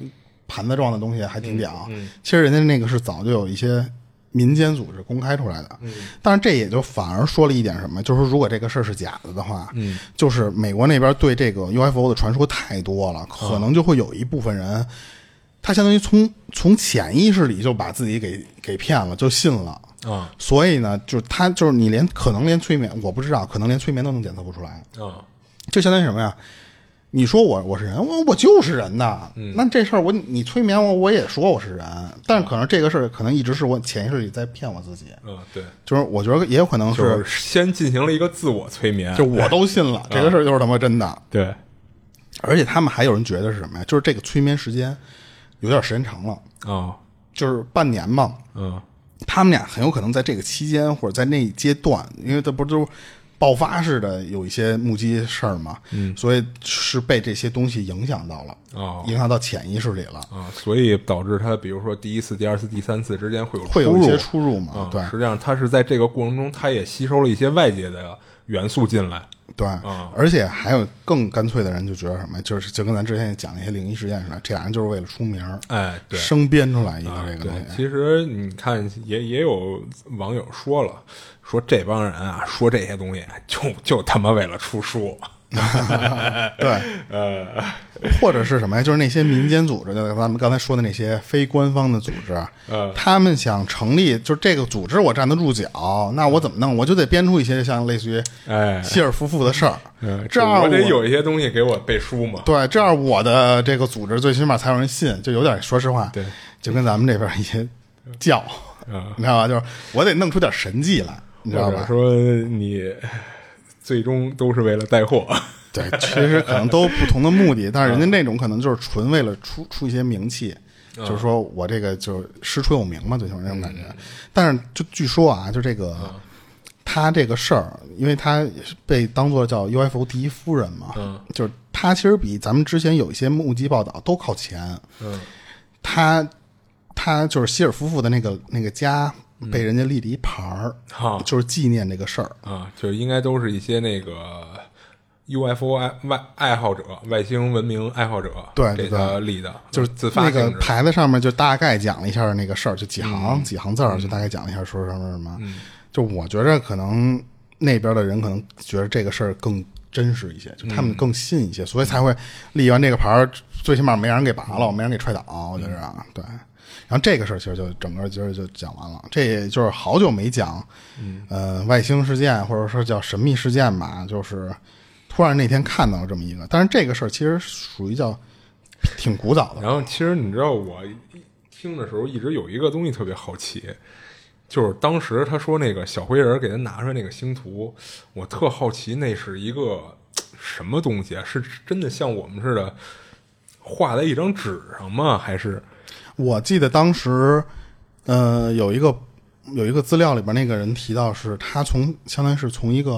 A: 盘子状的东西还挺屌。其实人家那个是早就有一些民间组织公开出来的。但是这也就反而说了一点什么，就是如果这个事儿是假的的话，就是美国那边对这个 UFO 的传说太多了，可能就会有一部分人。他相当于从从潜意识里就把自己给给骗了，就信了
B: 啊
A: 所以呢，就是他就是你连可能连催眠，我不知道，可能连催眠都能检测不出来。
B: 啊，
A: 就相当于什么呀？你说我我是人，我我就是人呐。
B: 嗯
A: 那这事儿我你催眠我，我也说我是人，但是可能这个事儿可能一直是我潜意识里在骗我自己，
B: 嗯，对，
A: 就是我觉得也有可能，
B: 就是嗯是先进行了一个自我催眠，
A: 就我都信了，这个事儿就是他妈真的。
B: 对，
A: 而且他们还有人觉得是什么呀？就是这个催眠时间有点时间长了，
B: 啊，
A: 就是半年吧。
B: 嗯，
A: 他们俩很有可能在这个期间或者在那一阶段，因为这不都是爆发式的有一些目击事儿嘛，嗯，所以是被这些东西影响到了，
B: 哦
A: 影响到潜意识里了，
B: 啊，所以导致他比如说第一次、第二次、第三次之间会有
A: 会有
B: 出
A: 一
B: 入
A: 些出入嘛，
B: 啊，
A: 对
B: 实际上他是在这个过程中，他也吸收了一些外界的元素进来，
A: 对，
B: 嗯
A: 而且还有更干脆的人就觉得什么，就是就跟咱之前讲那些灵异事件似的，这俩人就是为了出名儿，
B: 哎，对。啊
A: 生编出来一个这个
B: 对
A: 东西，，
B: 其实你看也，也有网友说了，说这帮人啊，说这些东西就就他妈为了出书，
A: 对，
B: 呃，
A: 或者是什么呀？就是那些民间组织，就咱们刚才说的那些非官方的组织，啊
B: 嗯
A: 他们想成立，就是这个组织我站得住脚，那我怎么弄？我就得编出一些像类似于
B: 哎，嗯
A: 希尔夫妇的事儿，呃这样
B: 我得
A: 我
B: 有一些东西给我背书嘛。
A: 对，这样我的这个组织最起码才有人信，就有点说实话，
B: 对，
A: 就跟咱们这边一些教，
B: 嗯
A: 你知道吧？就是我得弄出点神迹来，你知道
B: 或
A: 吧
B: 者？说你最终都是为了带货，
A: 对，其实可能都不同的目的，但是人家那种可能就是纯为了出出一些名气，就是说我这个就是师出有名嘛，最起码那种感觉。但是就据说啊，就这个、他这个事儿，因为他被当做叫 UFO 第一夫人嘛，就是他其实比咱们之前有一些目击报道都靠前，
B: 嗯，
A: 他他就是希尔夫妇的那个那个家被人家立了一牌儿，
B: 哈
A: 就是纪念这个事儿。
B: 啊，就应该都是一些那个 UFO 爱外爱好者、外星文明爱好者
A: 对
B: 给
A: 对
B: 他立的，
A: 就是
B: 自发
A: 那个
B: 性嗯质。
A: 牌子上面就大概讲了一下那个事儿，就几行、几行字儿，就大概讲了一下说什么什么。
B: 嗯
A: 就我觉着可能那边的人可能觉得这个事儿更真实一些，就
B: 嗯
A: 他们更信一些，所以才会立完这个牌儿，最起码没让人给拔
B: 嗯
A: 了，没让人给踹倒，我觉着啊，对。然后这个事儿其实就整个今儿就讲完了，这也就是好久没讲，
B: 嗯
A: 呃，外星事件或者说叫神秘事件吧，就是突然那天看到了这么一个，但是这个事儿其实属于叫挺古早的，
B: 然后其实你知道，我一听的时候一直有一个东西特别好奇，就是当时他说那个小灰人给他拿出来那个星图，我特好奇那是一个什么东西啊？是真的像我们似的画在一张纸上吗？还是
A: 我记得当时，呃，有一个有一个资料里边那个人提到是，他从相当于是从一个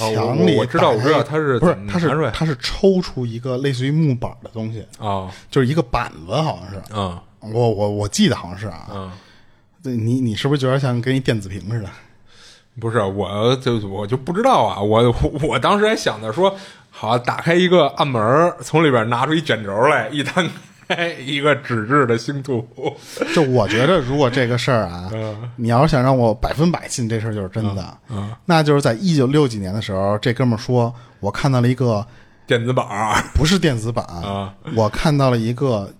B: 哦我
A: 墙里、
B: 我我知道我知道他是
A: 不是
B: 怎么
A: 他
B: 拿出
A: 是
B: 来
A: 他是抽出一个类似于木板的东西，
B: 啊
A: 就是一个板子，好像是。
B: 啊
A: 我我我记得好像是啊，
B: 啊！
A: 对你你是不是觉得像跟一电子屏似的？
B: 不是，啊我就我就不知道啊！我我我当时还想着说，好，打开一个暗门儿，从里边拿出一卷轴来，一摊开，一个纸质的星图。
A: 就我觉得，如果这个事儿啊，
B: 嗯
A: 你要是想让我百分百信这事儿就是真的，那就是在一九六几年的时候，这哥们儿说，我看到了一个
B: 电子板儿
A: 不是电子版，
B: 啊
A: 我看到了一个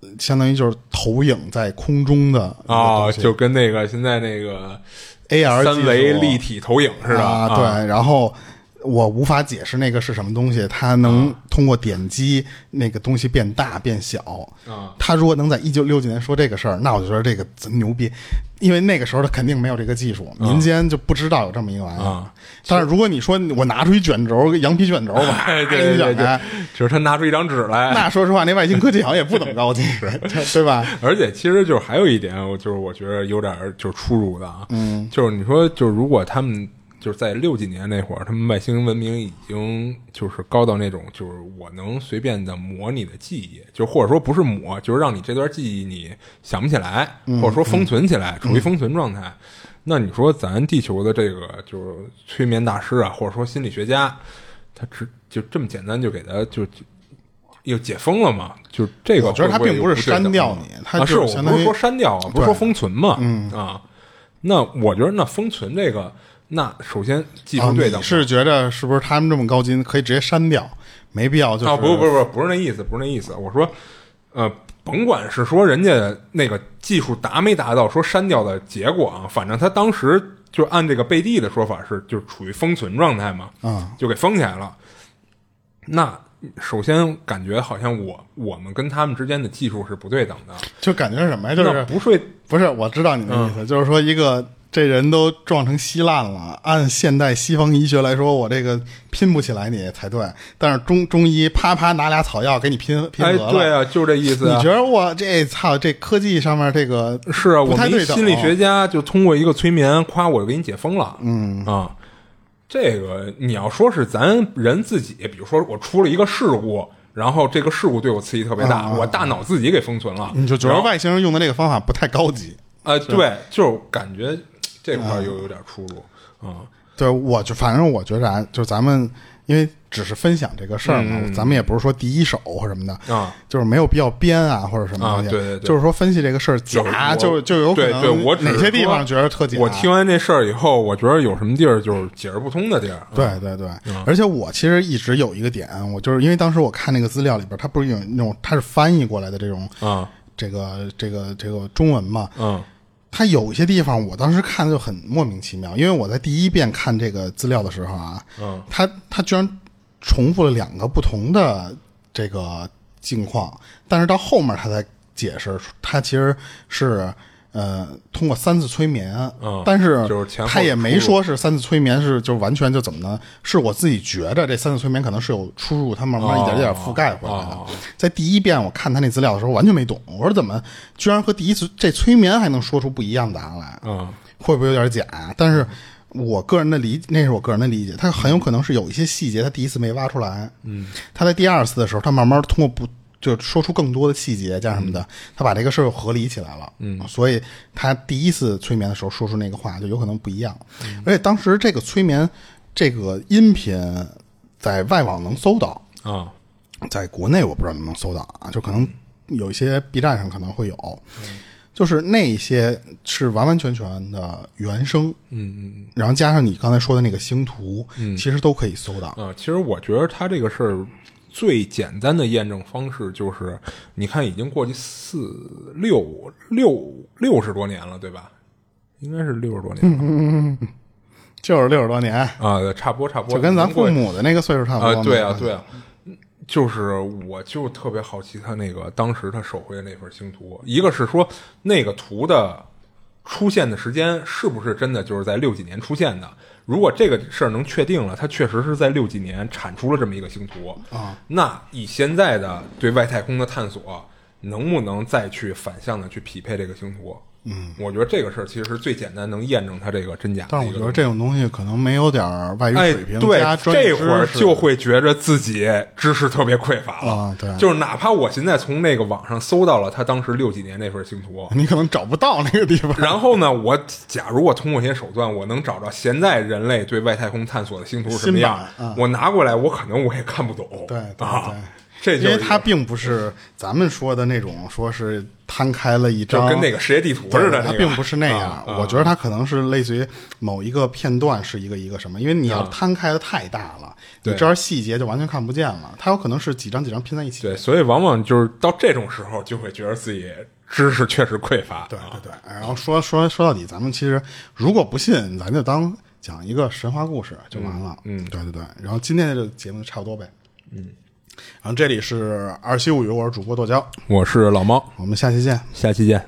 A: 呃相当于就是投影在空中的一个
B: 啊，
A: 东西
B: 就跟那个现在那个
A: AR
B: 三
A: 技
B: 维
A: 术
B: 立体投影似的
A: 啊，对，然后。我无法解释那个是什么东西，它能通过点击那个东西变大变小。
B: 啊
A: 他如果能在一九六几年说这个事儿，那我就觉得这个真牛逼，因为那个时候他肯定没有这个技术，民间就不知道有这么一个玩意儿。
B: 啊
A: 但是如果你说我拿出一卷轴，羊皮卷轴吧，
B: 哎 对
A: 一
B: 对对
A: 卷开
B: 对，就是他拿出一张纸 来，
A: 那说实话，那外星科技好像也不怎么高级，对吧？
B: 而且其实就是还有一点，我就是我觉得有点儿就是出入的啊，嗯，就是你说就是如果他们就是在六几年那会儿，他们外星文明已经就是高到那种就是我能随便的模你的记忆，就或者说不是模，就是让你这段记忆你想不起来，或者说封存起来，处于封存状态。那你说咱地球的这个就是催眠大师啊，或者说心理学家，他只就这么简单就给他就。就又解封了嘛？就这个
A: 我觉得他
B: 会会
A: 并
B: 有
A: 不
B: 不
A: 是
B: 对等
A: 删掉
B: 的
A: 你他
B: 啊
A: 就是
B: 我
A: 相
B: 不
A: 当于
B: 是说删掉啊，不是
A: 对嗯
B: 说封存嘛，啊，那我觉得那封存这个，那首先技术对
A: 啊
B: 等
A: 你是觉得是不是他们这么高级，可以直接删掉，没必要就是、
B: 啊，不是不是不是不是那意思，不是那意思，我说，呃，甭管是说人家那个技术达没达到说删掉的结果啊，反正他当时就按这个贝蒂的说法是，就是处于封存状态嘛，
A: 啊，
B: 就给封起来了。那首先感觉好像我我们跟他们之间的技术是不对等的，
A: 就感觉是什么呀？就是
B: 那嗯不睡
A: 不是，我知道你的意思，就是说一个这人都撞成稀烂了，按现代西方医学来说，我这个拼不起来你才对。但是中中医啪啪拿俩草药给你拼拼合
B: 哎，
A: 了，
B: 对啊，就是这意思、啊。
A: 你觉得我这操这科技上面这个
B: 是啊，
A: 不
B: 我
A: 太
B: 们一
A: 对等
B: 心理学家就通过一个催眠，夸我给你解封了。嗯啊，这个你要说是咱人自己，比如说我出了一个事故，然后这个事故对我刺激特别大，我大脑自己给封存了，
A: 你就觉
B: 然
A: 得
B: 后
A: 外星人用的这个方法不太高级。
B: 呃，对，就是感觉这块儿又有点出入啊。
A: 对，我就反正我觉着啊，就是咱们因为只是分享这个事儿嘛，咱们也不是说第一手或什么的
B: 嗯啊，
A: 就是没有必要编啊或者什么东西，
B: 啊对对对
A: 就是说分析这个事儿假，
B: 就是
A: 就就
B: 我
A: 有可
B: 对
A: 能
B: 对，我只是
A: 哪些地方
B: 说
A: 觉得特啊假。
B: 我听完这事儿以后，我觉得有什么地儿就是解释不通的地儿。
A: 对对对，
B: 嗯
A: 而且我其实一直有一个点，我就是因为当时我看那个资料里边，它不是有那种它是翻译过来的这种
B: 啊，
A: 这个这个这个中文嘛，
B: 嗯
A: 它有一些地方我当时看就很莫名其妙，因为我在第一遍看这个资料的时候啊，
B: 嗯，
A: 它它居然重复了两个不同的这个境况，但是到后面它才解释，它其实是呃通过三次催眠，
B: 嗯
A: 但是
B: 就是前后
A: 它也没
B: 出
A: 说
B: 入
A: 是三次催眠是就完全就怎么呢？是我自己觉着这三次催眠可能是有出入，它慢慢一点一点覆盖回来的。
B: 哦哦
A: 在第一遍我看他那资料的时候完全没懂，我说怎么居然和第一次这催眠还能说出不一样的答案来？
B: 嗯
A: 会不会有点假呀、但是我个人的理，那是我个人的理解，他很有可能是有一些细节他第一次没挖出来，嗯，他在第二次的时候，他慢慢通过不就说出更多的细节加上什么的，
B: 嗯
A: 他把这个事儿又合理起来了，嗯，所以他第一次催眠的时候说出那个话就有可能不一样，
B: 嗯
A: 而且当时这个催眠这个音频在外网能搜到，
B: 啊
A: 在国内我不知道能不能搜到啊，就可能有一些 B 站上可能会有，就是那些是完完全全的原声，嗯嗯，然后加上你刚才说的那个星图，
B: 嗯
A: 其实都可以搜到。
B: 啊，其实我觉得他这个事儿最简单的验证方式就是，你看已经过去四六六六十多年了，对吧？应该是六十多年
A: 嗯
B: 了、
A: 就是六十多年，
B: 啊，差不多差不多，
A: 就跟咱
B: 已经过
A: 父母的那个岁数差不多。
B: 啊，对
A: 没
B: 啊
A: 关系
B: 对啊，就是我就特别好奇他那个当时他手绘的那份星图，一个是说那个图的出现的时间是不是真的就是在六几年出现的？如果这个事儿能确定了，它确实是在六几年产出了这么一个星图
A: 啊，
B: 那以现在的对外太空的探索，能不能再去反向的去匹配这个星图？嗯，我觉得这个事儿其实是最简单能验证它这个真假
A: 但
B: 的
A: 是
B: 一
A: 我觉得
B: 个东西。
A: 这种东西可能没有点儿外语
B: 哎，
A: 水平
B: 对
A: 加，专业
B: 这
A: 知识
B: 会儿就会觉着自己知识特别匮乏了。
A: 啊对
B: 就是哪怕我现在从那个网上搜到了他当时六几年那份 星图，
A: 你可能找不到那个地方。
B: 然后呢，我假如我通过一些手段，我能找到现在人类对外太空探索的星图是什么样，
A: 新版嗯
B: 我拿过来，我可能我也看不懂。
A: 对对
B: 啊
A: 对，
B: 这
A: 因
B: 就是
A: 为
B: 一个
A: 它并不是咱们说的那种，说是摊开了一
B: 就
A: 张，
B: 跟那个世界地图似的，
A: 它
B: 那个
A: 并不是那样
B: 啊。啊
A: 我觉得它可能是类似于某一个片段是一个一个什么，因为你要
B: 啊
A: 摊开的太大了，你
B: 对
A: 这儿细节就完全看不见了。它有可能是几张几张拼在一起。
B: 对，所以往往就是到这种时候，就会觉得自己知识确实匮乏。啊
A: 对对对。然后说说说到底，咱们其实如果不信，咱就当讲一个神话故事就完了。
B: 嗯嗯
A: 对对对。然后今天这个节目就差不多呗。嗯。然后这里是《二七物语》，我是主播剁椒，
B: 我是老猫，
A: 我们下期见。
B: 下期见。